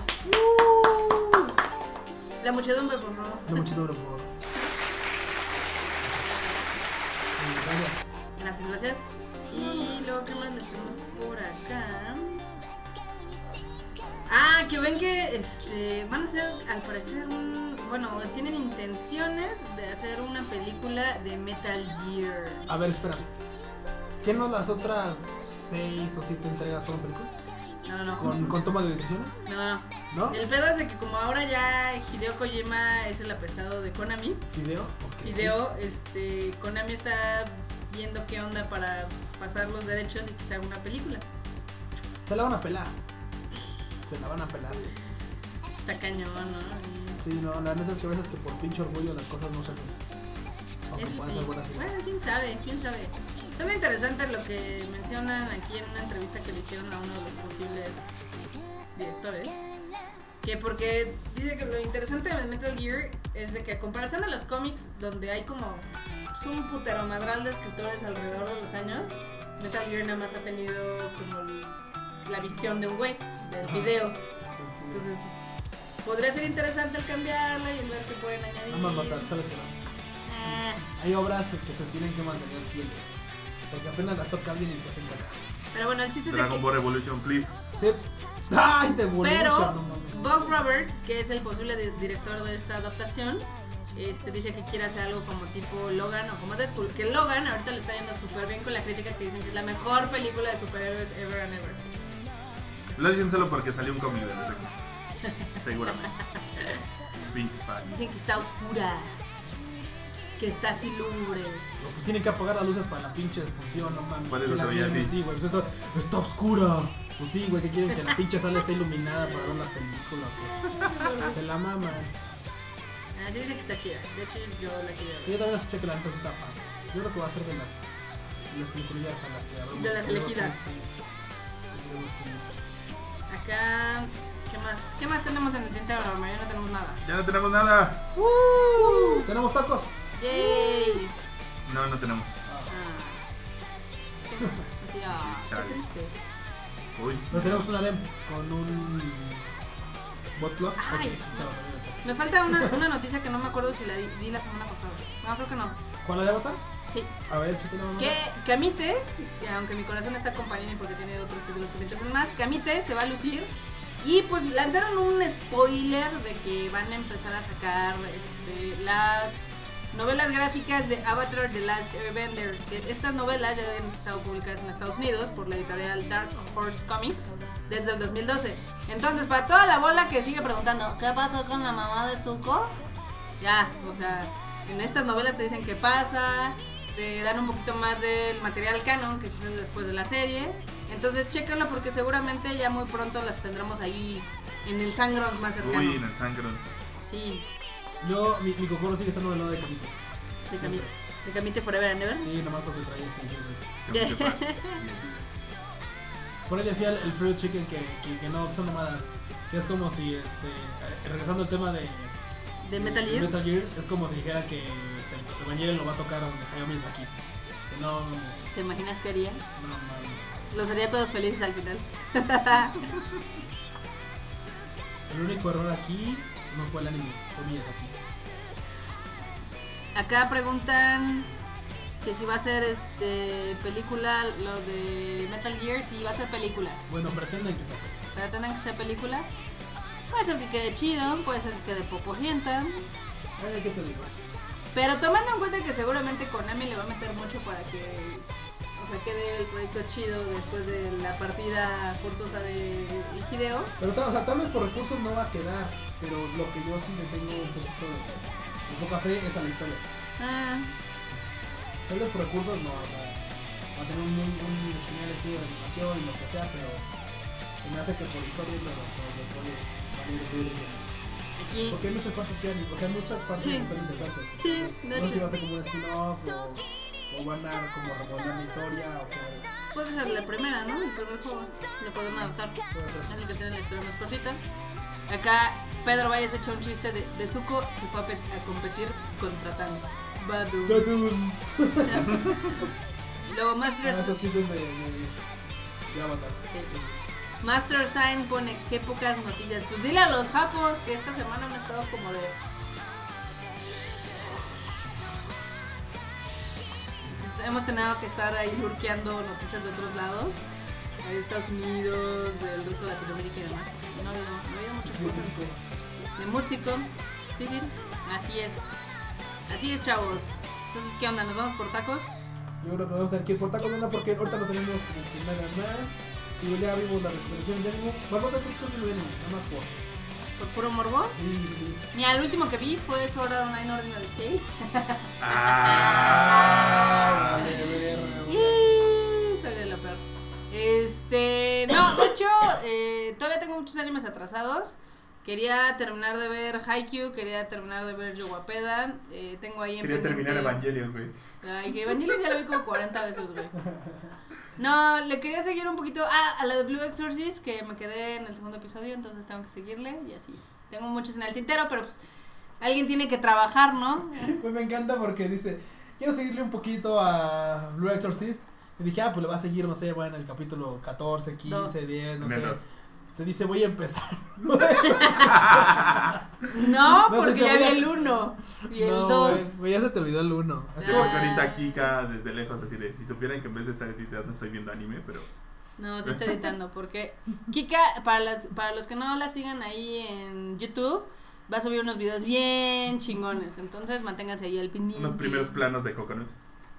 Speaker 2: La muchedumbre, por favor.
Speaker 3: La muchedumbre, por favor.
Speaker 2: Gracias,
Speaker 3: Gracias.
Speaker 2: gracias. Y luego, ¿qué más le tenemos por acá? Ah, que ven que este, van a hacer, al parecer, un, bueno, tienen intenciones de hacer una película de Metal Gear.
Speaker 3: A ver, espera. ¿Qué no las otras seis o siete entregas son películas?
Speaker 2: No, no, no.
Speaker 3: ¿Con, con toma de decisiones?
Speaker 2: No, no, no.
Speaker 3: ¿No?
Speaker 2: El pedo es de que como ahora ya Hideo Kojima es el apestado de Konami,
Speaker 3: ¿Fideo? Ok.
Speaker 2: Hideo, este, Konami está viendo qué onda para pues, pasar los derechos y que se haga una película.
Speaker 3: Se la van a pelar. Se la van a pelar.
Speaker 2: Está cañón, ¿no?
Speaker 3: Sí, no, la neta es que a veces que por pinche orgullo las cosas no se hacen. Aunque
Speaker 2: Eso
Speaker 3: pueden
Speaker 2: sí.
Speaker 3: ser buenas ideas.
Speaker 2: Bueno, quién sabe, quién sabe. Suena interesante lo que mencionan aquí en una entrevista que le hicieron a uno de los posibles directores. Que porque dice que lo interesante de Metal Gear es de que a comparación de los cómics, donde hay como pues, un putero madral de escritores alrededor de los años, Metal Gear nada más ha tenido como l- la visión de un güey, del
Speaker 3: Ajá.
Speaker 2: video. Entonces, pues, podría ser interesante el cambiarla y el ver qué pueden añadir.
Speaker 3: Ambas matas, sabes que no.
Speaker 2: Ah,
Speaker 3: Hay obras que se tienen que mantener fieles. Porque apenas las toca alguien y se hacen cagar.
Speaker 2: pero bueno, el chiste es de que...
Speaker 1: Dragon Ball Evolution, please.
Speaker 3: Sí. ¡Ay, te volvemos!
Speaker 2: Pero Bob Roberts, que es el posible di- director de esta adaptación, este, dice que quiere hacer algo como tipo Logan o como Deadpool. Que Logan ahorita le está yendo súper bien con la crítica que dicen que es la mejor película de superhéroes ever and ever.
Speaker 1: Lo dicen solo porque salió un cómic de nosotros. Seguramente. Pinches fans.
Speaker 2: Dicen que está oscura, que está así lúgubre.
Speaker 3: Pues tienen que apagar las luces para la pinche función, no mames.
Speaker 1: ¿Cuál es
Speaker 3: ¿Quién
Speaker 1: la
Speaker 3: la
Speaker 1: teoría?
Speaker 3: tiene?
Speaker 1: Sí.
Speaker 3: Sí, güey, pues está, está oscura. Pues sí, güey, que quieren que la pinche sala esté iluminada para ver la película, güey. Se la mama.
Speaker 2: Así Ah, dice que está chida. De hecho, yo la quiero
Speaker 3: Yo
Speaker 2: ver.
Speaker 3: también escuché que la neta sí está padre. Yo creo que va a ser de las, de las películas a las que habrá
Speaker 2: De las
Speaker 3: mucho-
Speaker 2: elegidas.
Speaker 3: Sí. Esperemos que-
Speaker 2: Acá, ¿qué más? ¿Qué más tenemos en el tintero, Norma? Ya no tenemos nada.
Speaker 1: Ya no tenemos nada.
Speaker 3: ¿Tenemos tacos?
Speaker 2: ¡Yay!
Speaker 1: No, no tenemos.
Speaker 2: Ah. Sí, ah, qué
Speaker 1: Chale.
Speaker 2: triste.
Speaker 1: Uy.
Speaker 3: No tenemos un harem con un botlock.
Speaker 2: Ay. Me falta una, una noticia que no me acuerdo si la di, di la semana pasada. No, creo que no.
Speaker 3: ¿Cuál la de votar?
Speaker 2: Sí.
Speaker 3: A ver, échate la mamá.
Speaker 2: Que Camite, que aunque mi corazón está con Panini porque tiene otros títulos que me interesan más, Camite se va a lucir. Y pues lanzaron un spoiler de que van a empezar a sacar este, las novelas gráficas de Avatar The Last Airbender. Que estas novelas ya habían estado publicadas en Estados Unidos por la editorial Dark Horse Comics desde el 2012. Entonces, para toda la bola que sigue preguntando, ¿qué pasó con la mamá de Zuko? ya, o sea, en estas novelas te dicen qué pasa, te dan un poquito más del material canon que se hizo después de la serie. Entonces, chécalo porque seguramente ya muy pronto las tendremos ahí en el Sangros más cercano.
Speaker 1: Uy, en el Sangron.
Speaker 2: Sí,
Speaker 3: Yo, mi, mi cocoro sigue estando del lado de Camito.
Speaker 2: de Camite. De Camite Forever and Ever.
Speaker 3: Sí, nomás porque traía este Jingles.
Speaker 1: Que me sepa.
Speaker 3: Por ahí decía el, el Fruit Chicken que, que, que no, que son nomadas. Que es como si, este, eh, regresando al tema de,
Speaker 2: De Metal Gear.
Speaker 3: Metal Gear, es como si dijera que este, el Evangelion lo va a tocar a Hayao Miyazaki. Si no, no, mames,
Speaker 2: ¿Te imaginas qué haría?
Speaker 3: no, mames.
Speaker 2: Los haría todos felices al final.
Speaker 3: El único error aquí no fue el anime, fue Miyazaki.
Speaker 2: Acá preguntan que si va a ser este película lo de Metal Gear, si va a ser película.
Speaker 3: Bueno, pretenden que sea. película.
Speaker 2: Pero tengan que ser película. Puede ser que quede chido, puede ser que quede poco
Speaker 3: Ay, Eh, ¿qué te digo?
Speaker 2: Pero tomando en cuenta que seguramente Konami le va a meter mucho para que o sea, quede el proyecto chido después de la partida forzosa de Hideo.
Speaker 3: Pero o sea, tal vez por recursos no va a quedar, pero lo que yo sí le tengo un poquito de, de poca fe es a la historia.
Speaker 2: Ah,
Speaker 3: Tal vez por recursos no, o sea, va a tener un, un, un genial estudio de animación y lo que sea, pero se me hace que por historia lo, lo, lo puede valer duro y bien.
Speaker 2: aquí
Speaker 3: Porque hay muchas partes que hay, o sea, muchas partes
Speaker 2: Sí.
Speaker 3: que están interesantes.
Speaker 2: Sí,
Speaker 3: Entonces,
Speaker 2: de
Speaker 3: No sé
Speaker 2: hecho.
Speaker 3: si va a ser como un spin-off o, o van a como rebondar la historia o qué.
Speaker 2: puede ser la primera, ¿no? El primer juego lo podrán adaptar.
Speaker 3: Puede ser.
Speaker 2: Así que tiene la historia más cortita. Acá Pedro Valles echa un chiste de, de Zuko se fue a, pe- a competir contra Tan. Badu. Luego Masters
Speaker 3: Ah, esos chistes de, de, de Avatar.
Speaker 2: Sí. Master Sign pone qué pocas noticias. Pues dile a los japos que esta semana han estado como de. Pues, Hemos tenido que estar ahí lurqueando noticias de otros lados, de Estados Unidos, del resto de Latinoamérica y demás. Pues, no, ha habido- no ha habido muchas cosas de músico. Sí, sí, así es. Así es, chavos. Entonces, ¿qué onda? ¿Nos vamos por tacos?
Speaker 3: Yo creo que vamos a tener que ir por tacos, banda, porque ahorita no tenemos como que nada más. Y ya vimos la recomendación de Demo. Vamos a tener que ir de Demo, nada más por.
Speaker 2: ¿Por puro morbo?
Speaker 3: Y-
Speaker 2: Mira, el último que vi fue Sword Art Online Ordinal Escape.
Speaker 1: Ah,
Speaker 2: Y salió la peor. Este, no, de hecho, eh, todavía tengo muchos animes atrasados. Quería terminar de ver Haikyuu, quería terminar de ver Yowapeda. Eh, tengo ahí en
Speaker 1: quería
Speaker 2: pendiente-
Speaker 1: terminar Evangelion,
Speaker 3: Ah.
Speaker 1: güey.
Speaker 2: Ay, que Evangelion ya lo vi como 40 veces, güey. No, le quería seguir un poquito ah, a la de Blue Exorcist, que me quedé en el segundo episodio, entonces tengo que seguirle y así. Tengo muchos en el tintero, pero pues alguien tiene que trabajar, ¿no?
Speaker 3: Pues me encanta porque dice: Quiero seguirle un poquito a Blue Exorcist. Y dije: Ah, pues le va a seguir, no sé, va en el capítulo 14, 15,
Speaker 2: Dos.
Speaker 3: 10, no
Speaker 1: Menos.
Speaker 3: sé. Se dice: Voy a empezar.
Speaker 2: No,
Speaker 3: No sé
Speaker 2: porque
Speaker 3: si
Speaker 2: ya
Speaker 3: voy
Speaker 2: vi
Speaker 3: a-
Speaker 2: el 1 y el Ah.
Speaker 3: No,
Speaker 2: 2.
Speaker 3: güey, güey, ya se te olvidó el 1.
Speaker 1: Es como que ahorita Kika desde lejos así de, si supieran que en vez de estar editando estoy viendo anime, pero
Speaker 2: No, se está editando porque Kika, para, las, para los que no la sigan ahí en YouTube, va a subir unos videos bien chingones. Entonces manténganse ahí al pinito.
Speaker 1: unos primeros planos de Coconut.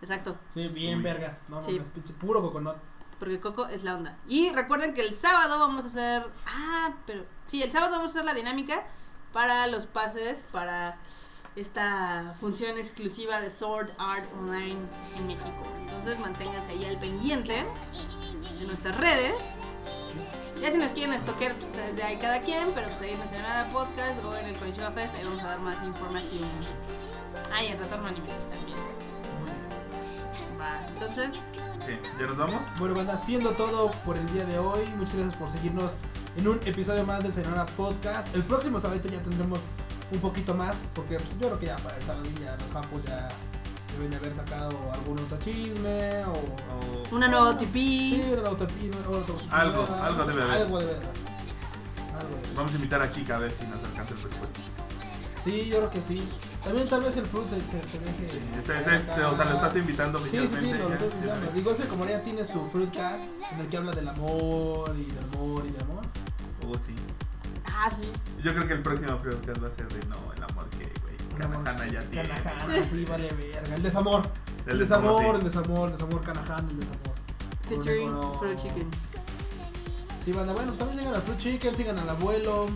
Speaker 2: Exacto,
Speaker 3: Sí, bien
Speaker 1: Uy.
Speaker 3: vergas. No,
Speaker 2: Sí.
Speaker 3: mames, pinche puro coconut.
Speaker 2: porque Coco es la onda. Y recuerden que el sábado vamos a hacer... Ah, pero... Sí, el sábado vamos a hacer la dinámica para los pases, para esta función exclusiva de Sword Art Online en México. Entonces manténganse ahí al pendiente de nuestras redes. Ya si nos quieren estoquear, pues desde ahí cada quien, pero pues ahí en Ensenada Podcast o en el Conchiva Fest, ahí vamos a dar más información. Ah, y el retorno anime también. Va, entonces,
Speaker 1: Sí, ¿Ya nos vamos?
Speaker 3: Bueno, banda, haciendo todo por el día de hoy. Muchas gracias por seguirnos en un episodio más del Senora Podcast. El próximo sábado ya tendremos un poquito más, porque pues, yo creo que ya para el sábado ya los japos ya deben de haber sacado algún otro chisme o...
Speaker 1: O-
Speaker 2: una nueva OTP.
Speaker 3: Sí, una autopina, otro...
Speaker 1: Algo, algo debe haber.
Speaker 3: Algo debe haber. Algo debe haber.
Speaker 1: Vamos a invitar a Kika a ver si nos alcanza el presupuesto.
Speaker 3: Sí, yo creo que sí. También tal vez el fruit se, se, se deje...
Speaker 1: Este- este- este, o sea, lo estás invitando
Speaker 3: Sí, sí, sí,
Speaker 1: oficialmente,
Speaker 3: lo
Speaker 1: ya.
Speaker 3: estás escuchando. Digo, ese como ya tiene su fruitcast en el que habla del amor y del amor y del amor.
Speaker 1: Oh, sí.
Speaker 2: Ah, sí.
Speaker 1: Yo creo que el próximo podcast va a ser de no, el amor que, güey, Kanahana ya tiene.
Speaker 3: Canajana, sí, vale verga. El desamor.
Speaker 1: El
Speaker 3: El
Speaker 1: desamor,
Speaker 3: desamor,
Speaker 1: sí.
Speaker 3: el desamor, el desamor Canajana, el desamor.
Speaker 2: Featuring
Speaker 3: Con- con-
Speaker 2: Fruit Chicken.
Speaker 3: Sí, banda, bueno, pues también llegan al Fruit Chicken, sigan al abuelo.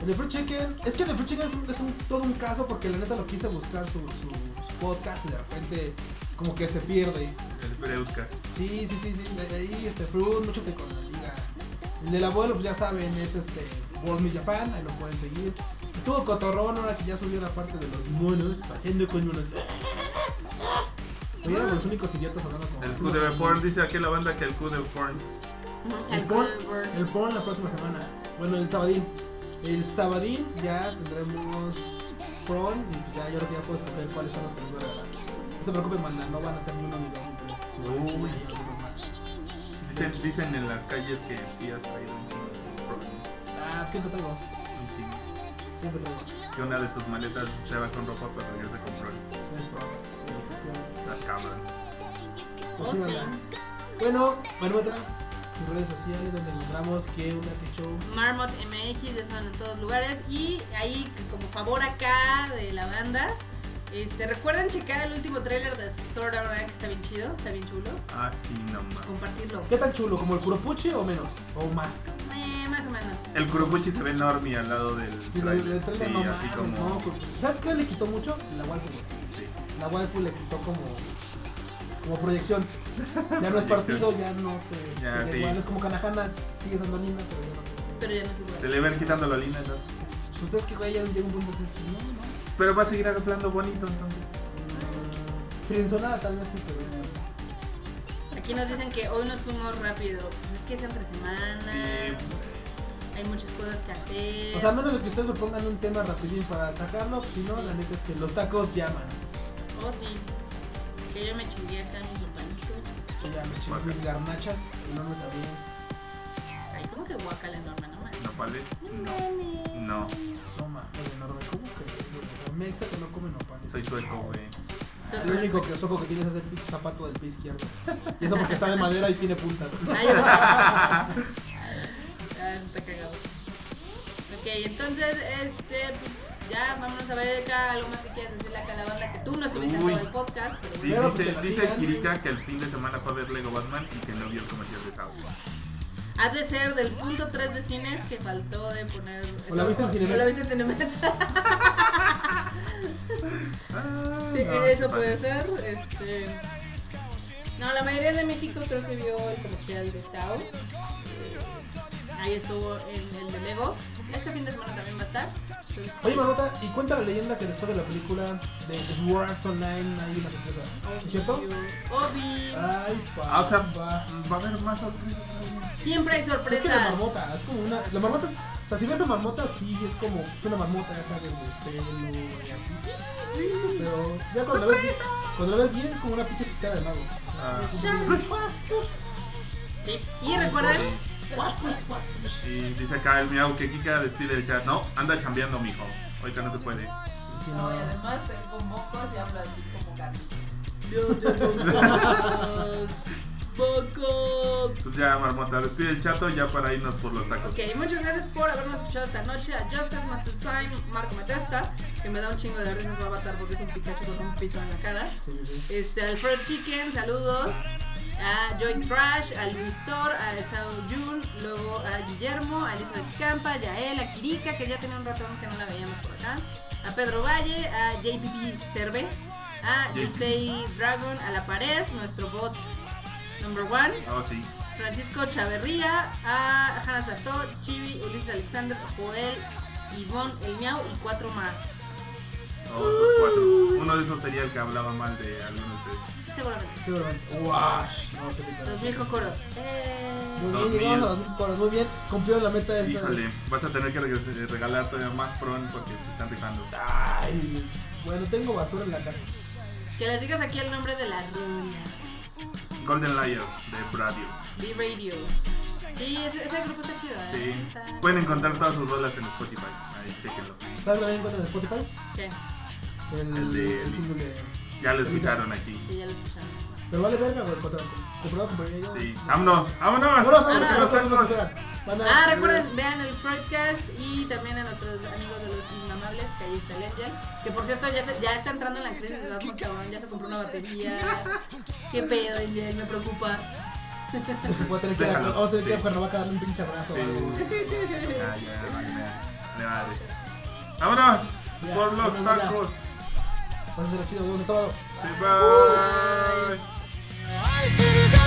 Speaker 3: El de Fruit Chicken, es que el de Fruit Chicken es, un- es un- todo un caso porque la neta lo quise buscar su, su- su podcast y de repente como que se pierde.
Speaker 1: El Freudcast.
Speaker 3: Sí, sí, sí, sí. De ahí, este, Fruit, mucho te con la liga. El del abuelo, pues ya saben, es este, World Meet Japan, ahí lo pueden seguir. Estuvo cotorrón ahora que ya subió la parte de los monos, paseando con monos. Oye, eran los únicos idiotas hablando como
Speaker 1: El
Speaker 3: así.
Speaker 1: Q de Porn dice aquí la banda que el Q de Porn.
Speaker 2: El
Speaker 3: El porn,
Speaker 2: cover.
Speaker 3: el porn la próxima semana. Bueno, el sabadín. El sabadín ya tendremos porn y pues ya yo creo que ya puedo escoger cuáles son los que les voy a regalar. No se preocupen, manda, no van a ser ni uno ni dos ni tres. Entonces,
Speaker 1: Uy.
Speaker 3: ya, ya lo tengo más.
Speaker 1: Dicen, dicen en las calles que sí has traído un chingo de problemas,
Speaker 3: Ah, siempre traigo,
Speaker 1: un chingo.
Speaker 3: siempre traigo.
Speaker 1: Que una de tus maletas se va con ropa pero regresa con problemas.
Speaker 3: No es problema. Sí, efectivamente.
Speaker 1: Las cámaras.
Speaker 3: Pues
Speaker 2: Oh,
Speaker 3: sí,
Speaker 2: sí.
Speaker 3: manda. Bueno, Marmota, tus redes sociales donde encontramos que una que show.
Speaker 2: Marmot MX, ya saben, en todos lugares. Y ahí, como favor acá de la banda, este, recuerden checar el último tráiler de Sword Art Online, que está bien chido, está bien chulo.
Speaker 1: Ah, sí, no
Speaker 2: Y
Speaker 1: mames.
Speaker 2: compartirlo.
Speaker 3: ¿Qué tan chulo? ¿Como el Kuropuchi o menos? ¿O más?
Speaker 2: Eh, más o menos.
Speaker 1: El Kurobuchi se ve enorme al lado del
Speaker 3: Sí,
Speaker 1: trailer.
Speaker 3: el trailer no
Speaker 1: Sí, así
Speaker 3: mames,
Speaker 1: como.
Speaker 3: no, Kuropuchi. ¿Sabes qué le quitó mucho? La waifu. güey.
Speaker 1: sí.
Speaker 3: La waifu le quitó como, como proyección. Ya no es partido, ya no te,
Speaker 1: Ya,
Speaker 3: te da
Speaker 1: sí.
Speaker 3: igual. Es como Kanahana, sigues dando lina, pero ya no te-
Speaker 2: Pero ya no se
Speaker 1: Se
Speaker 2: puede.
Speaker 1: le ven quitando la línea entonces.
Speaker 3: Pues es que güey, ya llega un punto que es pues, no, no.
Speaker 1: Pero va a seguir acoplando bonito entonces.
Speaker 3: Mm, Frenzonada tal vez sí, pero
Speaker 2: Aquí nos dicen que hoy nos fuimos rápido. Pues es que es entre semana. Hay muchas cosas que hacer.
Speaker 3: O sea, a menos de que ustedes propongan un tema rapidín para sacarlo, pues, si no,
Speaker 2: Sí.
Speaker 3: la neta es que los tacos llaman.
Speaker 2: Oh, sí. Que yo me chingué acá mis panitos.
Speaker 3: Yo Pues, ya me eché
Speaker 1: Guácala.
Speaker 3: mis garnachas y no me también.
Speaker 2: que guacala enorme, no mames.
Speaker 1: ¿Nopales? No.
Speaker 2: mames.
Speaker 1: ¿eh? No.
Speaker 3: No mames, pues, enorme. ¿Cómo que es, güey? O sea, Mexa que no come nopales.
Speaker 1: Soy sueco, güey.
Speaker 2: Soy
Speaker 3: El único
Speaker 2: cruel.
Speaker 3: que soco que tienes es el pinche zapato del pie izquierdo. Y eso porque está de madera y tiene punta.
Speaker 2: Ay, yo no sé. Ay, está cagado. Ok, entonces, este, pues, ya vámonos a ver acá algo más que quieras decirle acá a la banda que tú no estuviste en
Speaker 1: Uy.
Speaker 2: todo el podcast, pero
Speaker 1: Sí,
Speaker 2: bueno.
Speaker 3: Pero, pues, que
Speaker 1: dice
Speaker 3: la
Speaker 1: dice
Speaker 3: sigan,
Speaker 1: Kirika que el fin de semana fue a ver Lego Batman y que no vio el comercial de Sao.
Speaker 2: Has de ser del punto 3 de cines que faltó de poner.
Speaker 3: ¿O la
Speaker 2: eso-
Speaker 3: viste en Cinemex?
Speaker 2: ¿O la viste en Cinemex?
Speaker 1: Ah,
Speaker 2: Sí,
Speaker 1: no,
Speaker 2: eso
Speaker 1: sí,
Speaker 2: puede
Speaker 1: padre.
Speaker 2: ser. Este... No, la mayoría de México creo que vio el comercial de Sao. Ahí estuvo en el de Lego. Este fin de semana también va a estar. Entonces,
Speaker 3: Oye, Marota, y cuenta la leyenda que después de la película de Sword Art Online hay una sorpresa. ¿Es cierto?
Speaker 2: Obi.
Speaker 3: Ay, pa.
Speaker 1: Ah, o sea,
Speaker 3: pa.
Speaker 1: va a haber más sorpresas. ¿no?
Speaker 2: Siempre hay
Speaker 3: Pues Es que la
Speaker 2: sorpresas.
Speaker 3: marmota, es como una. La marmota, es- o sea, si ves a marmota, sí, es como. Es una marmota, ya sabes, de pelo y así. Pero ya cuando la ves, cuando la ves bien, es como una pinche chistera de mago.
Speaker 1: Ah,
Speaker 2: Sí. Y recuerden,
Speaker 1: y dice acá el miau que Kika despide el chat. No, anda chambeando, mijo. Ahorita no se puede.
Speaker 3: Sí,
Speaker 4: No, y además tengo mocos y hablo así como gato.
Speaker 2: yo tengo pocos. Pocos.
Speaker 1: Pues ya, Marmota, despide el chato ya para irnos por los tacos.
Speaker 2: Ok, muchas gracias por habernos escuchado esta noche. A Justin Matsusain, Marco Matesta, que me da un chingo de risas su avatar porque es un Pikachu con un pito en la cara.
Speaker 3: sí, sí.
Speaker 2: Este, al Fred Chicken, saludos. A Joy Trash, al Luis Thor, a Sao Jun, luego a Guillermo, a Elizabeth Campa, a Yael, a Kirika, que ya tenía un ratón que no la veíamos por acá. A Pedro Valle, a JPP Cerve, a
Speaker 1: JPP.
Speaker 2: Yusei Dragon, a La Pared, nuestro bot number one.
Speaker 1: Oh, sí.
Speaker 2: Francisco Chaverría, a Hanna Sato, Chibi, Ulises Alexander, Joel, Ivonne, El Miau y cuatro más.
Speaker 1: Oh, esos cuatro. Uno de esos sería el que hablaba mal de algunos de ustedes.
Speaker 2: Seguramente.
Speaker 3: Seguramente. ¡Wash! No, qué rico.
Speaker 2: 2000 cocoros.
Speaker 3: Muy bien,
Speaker 1: 2000.
Speaker 3: llegamos a los mil coros, muy bien. Cumplieron la meta de esta.
Speaker 1: Híjole, vas a tener que regres- regalar todavía más pron porque se están rifando.
Speaker 3: Ay, bueno, tengo basura en la casa.
Speaker 2: Que les digas aquí el nombre de la reunión.
Speaker 1: Golden Liar de Radio.
Speaker 2: B-Radio. Sí, ese, ese grupo está chido,
Speaker 1: Sí.
Speaker 2: ¿eh? Está-
Speaker 1: Pueden encontrar todas sus rolas en Spotify. Ahí, chequenlo.
Speaker 3: ¿Sabes también cuánto en Spotify?
Speaker 2: Sí,
Speaker 3: El,
Speaker 1: El de-
Speaker 3: el single de.
Speaker 1: Ya lo escucharon aquí.
Speaker 2: sí, ya lo escucharon.
Speaker 3: Pero vale verga, güey, contra. Comprado compraría yo.
Speaker 1: Sí. ¡Vámonos! ¡Vámonos!
Speaker 3: Vámonos,
Speaker 1: ¡Que
Speaker 3: vámonos,
Speaker 1: nos
Speaker 3: vámonos,
Speaker 1: salgan!
Speaker 3: vámonos, espera. Banda,
Speaker 2: Ah, recuerden, vean el Freudcast y también a nuestros amigos de los Inmamables, que ahí está el Angel. Que por cierto, ya, se- ya está entrando en la crisis de edad muy cabrón, ya se compró una batería. ¿Qué pedo, Angel? Me preocupas.
Speaker 3: Voy a tener que ir a-
Speaker 1: Déjalo,
Speaker 3: vamos a tener que ir a
Speaker 1: sí.
Speaker 3: Cuernavaca a darle un pinche abrazo o algo. güey.
Speaker 1: Sí. Ya, ya, vale, vale, vale. ¡Vámonos!
Speaker 3: Ya,
Speaker 1: ¡Por los
Speaker 3: vámonos ya.
Speaker 1: tacos!
Speaker 3: Pásenla chido, nos vemos el sábado.
Speaker 1: Sí, bye.
Speaker 6: 愛するが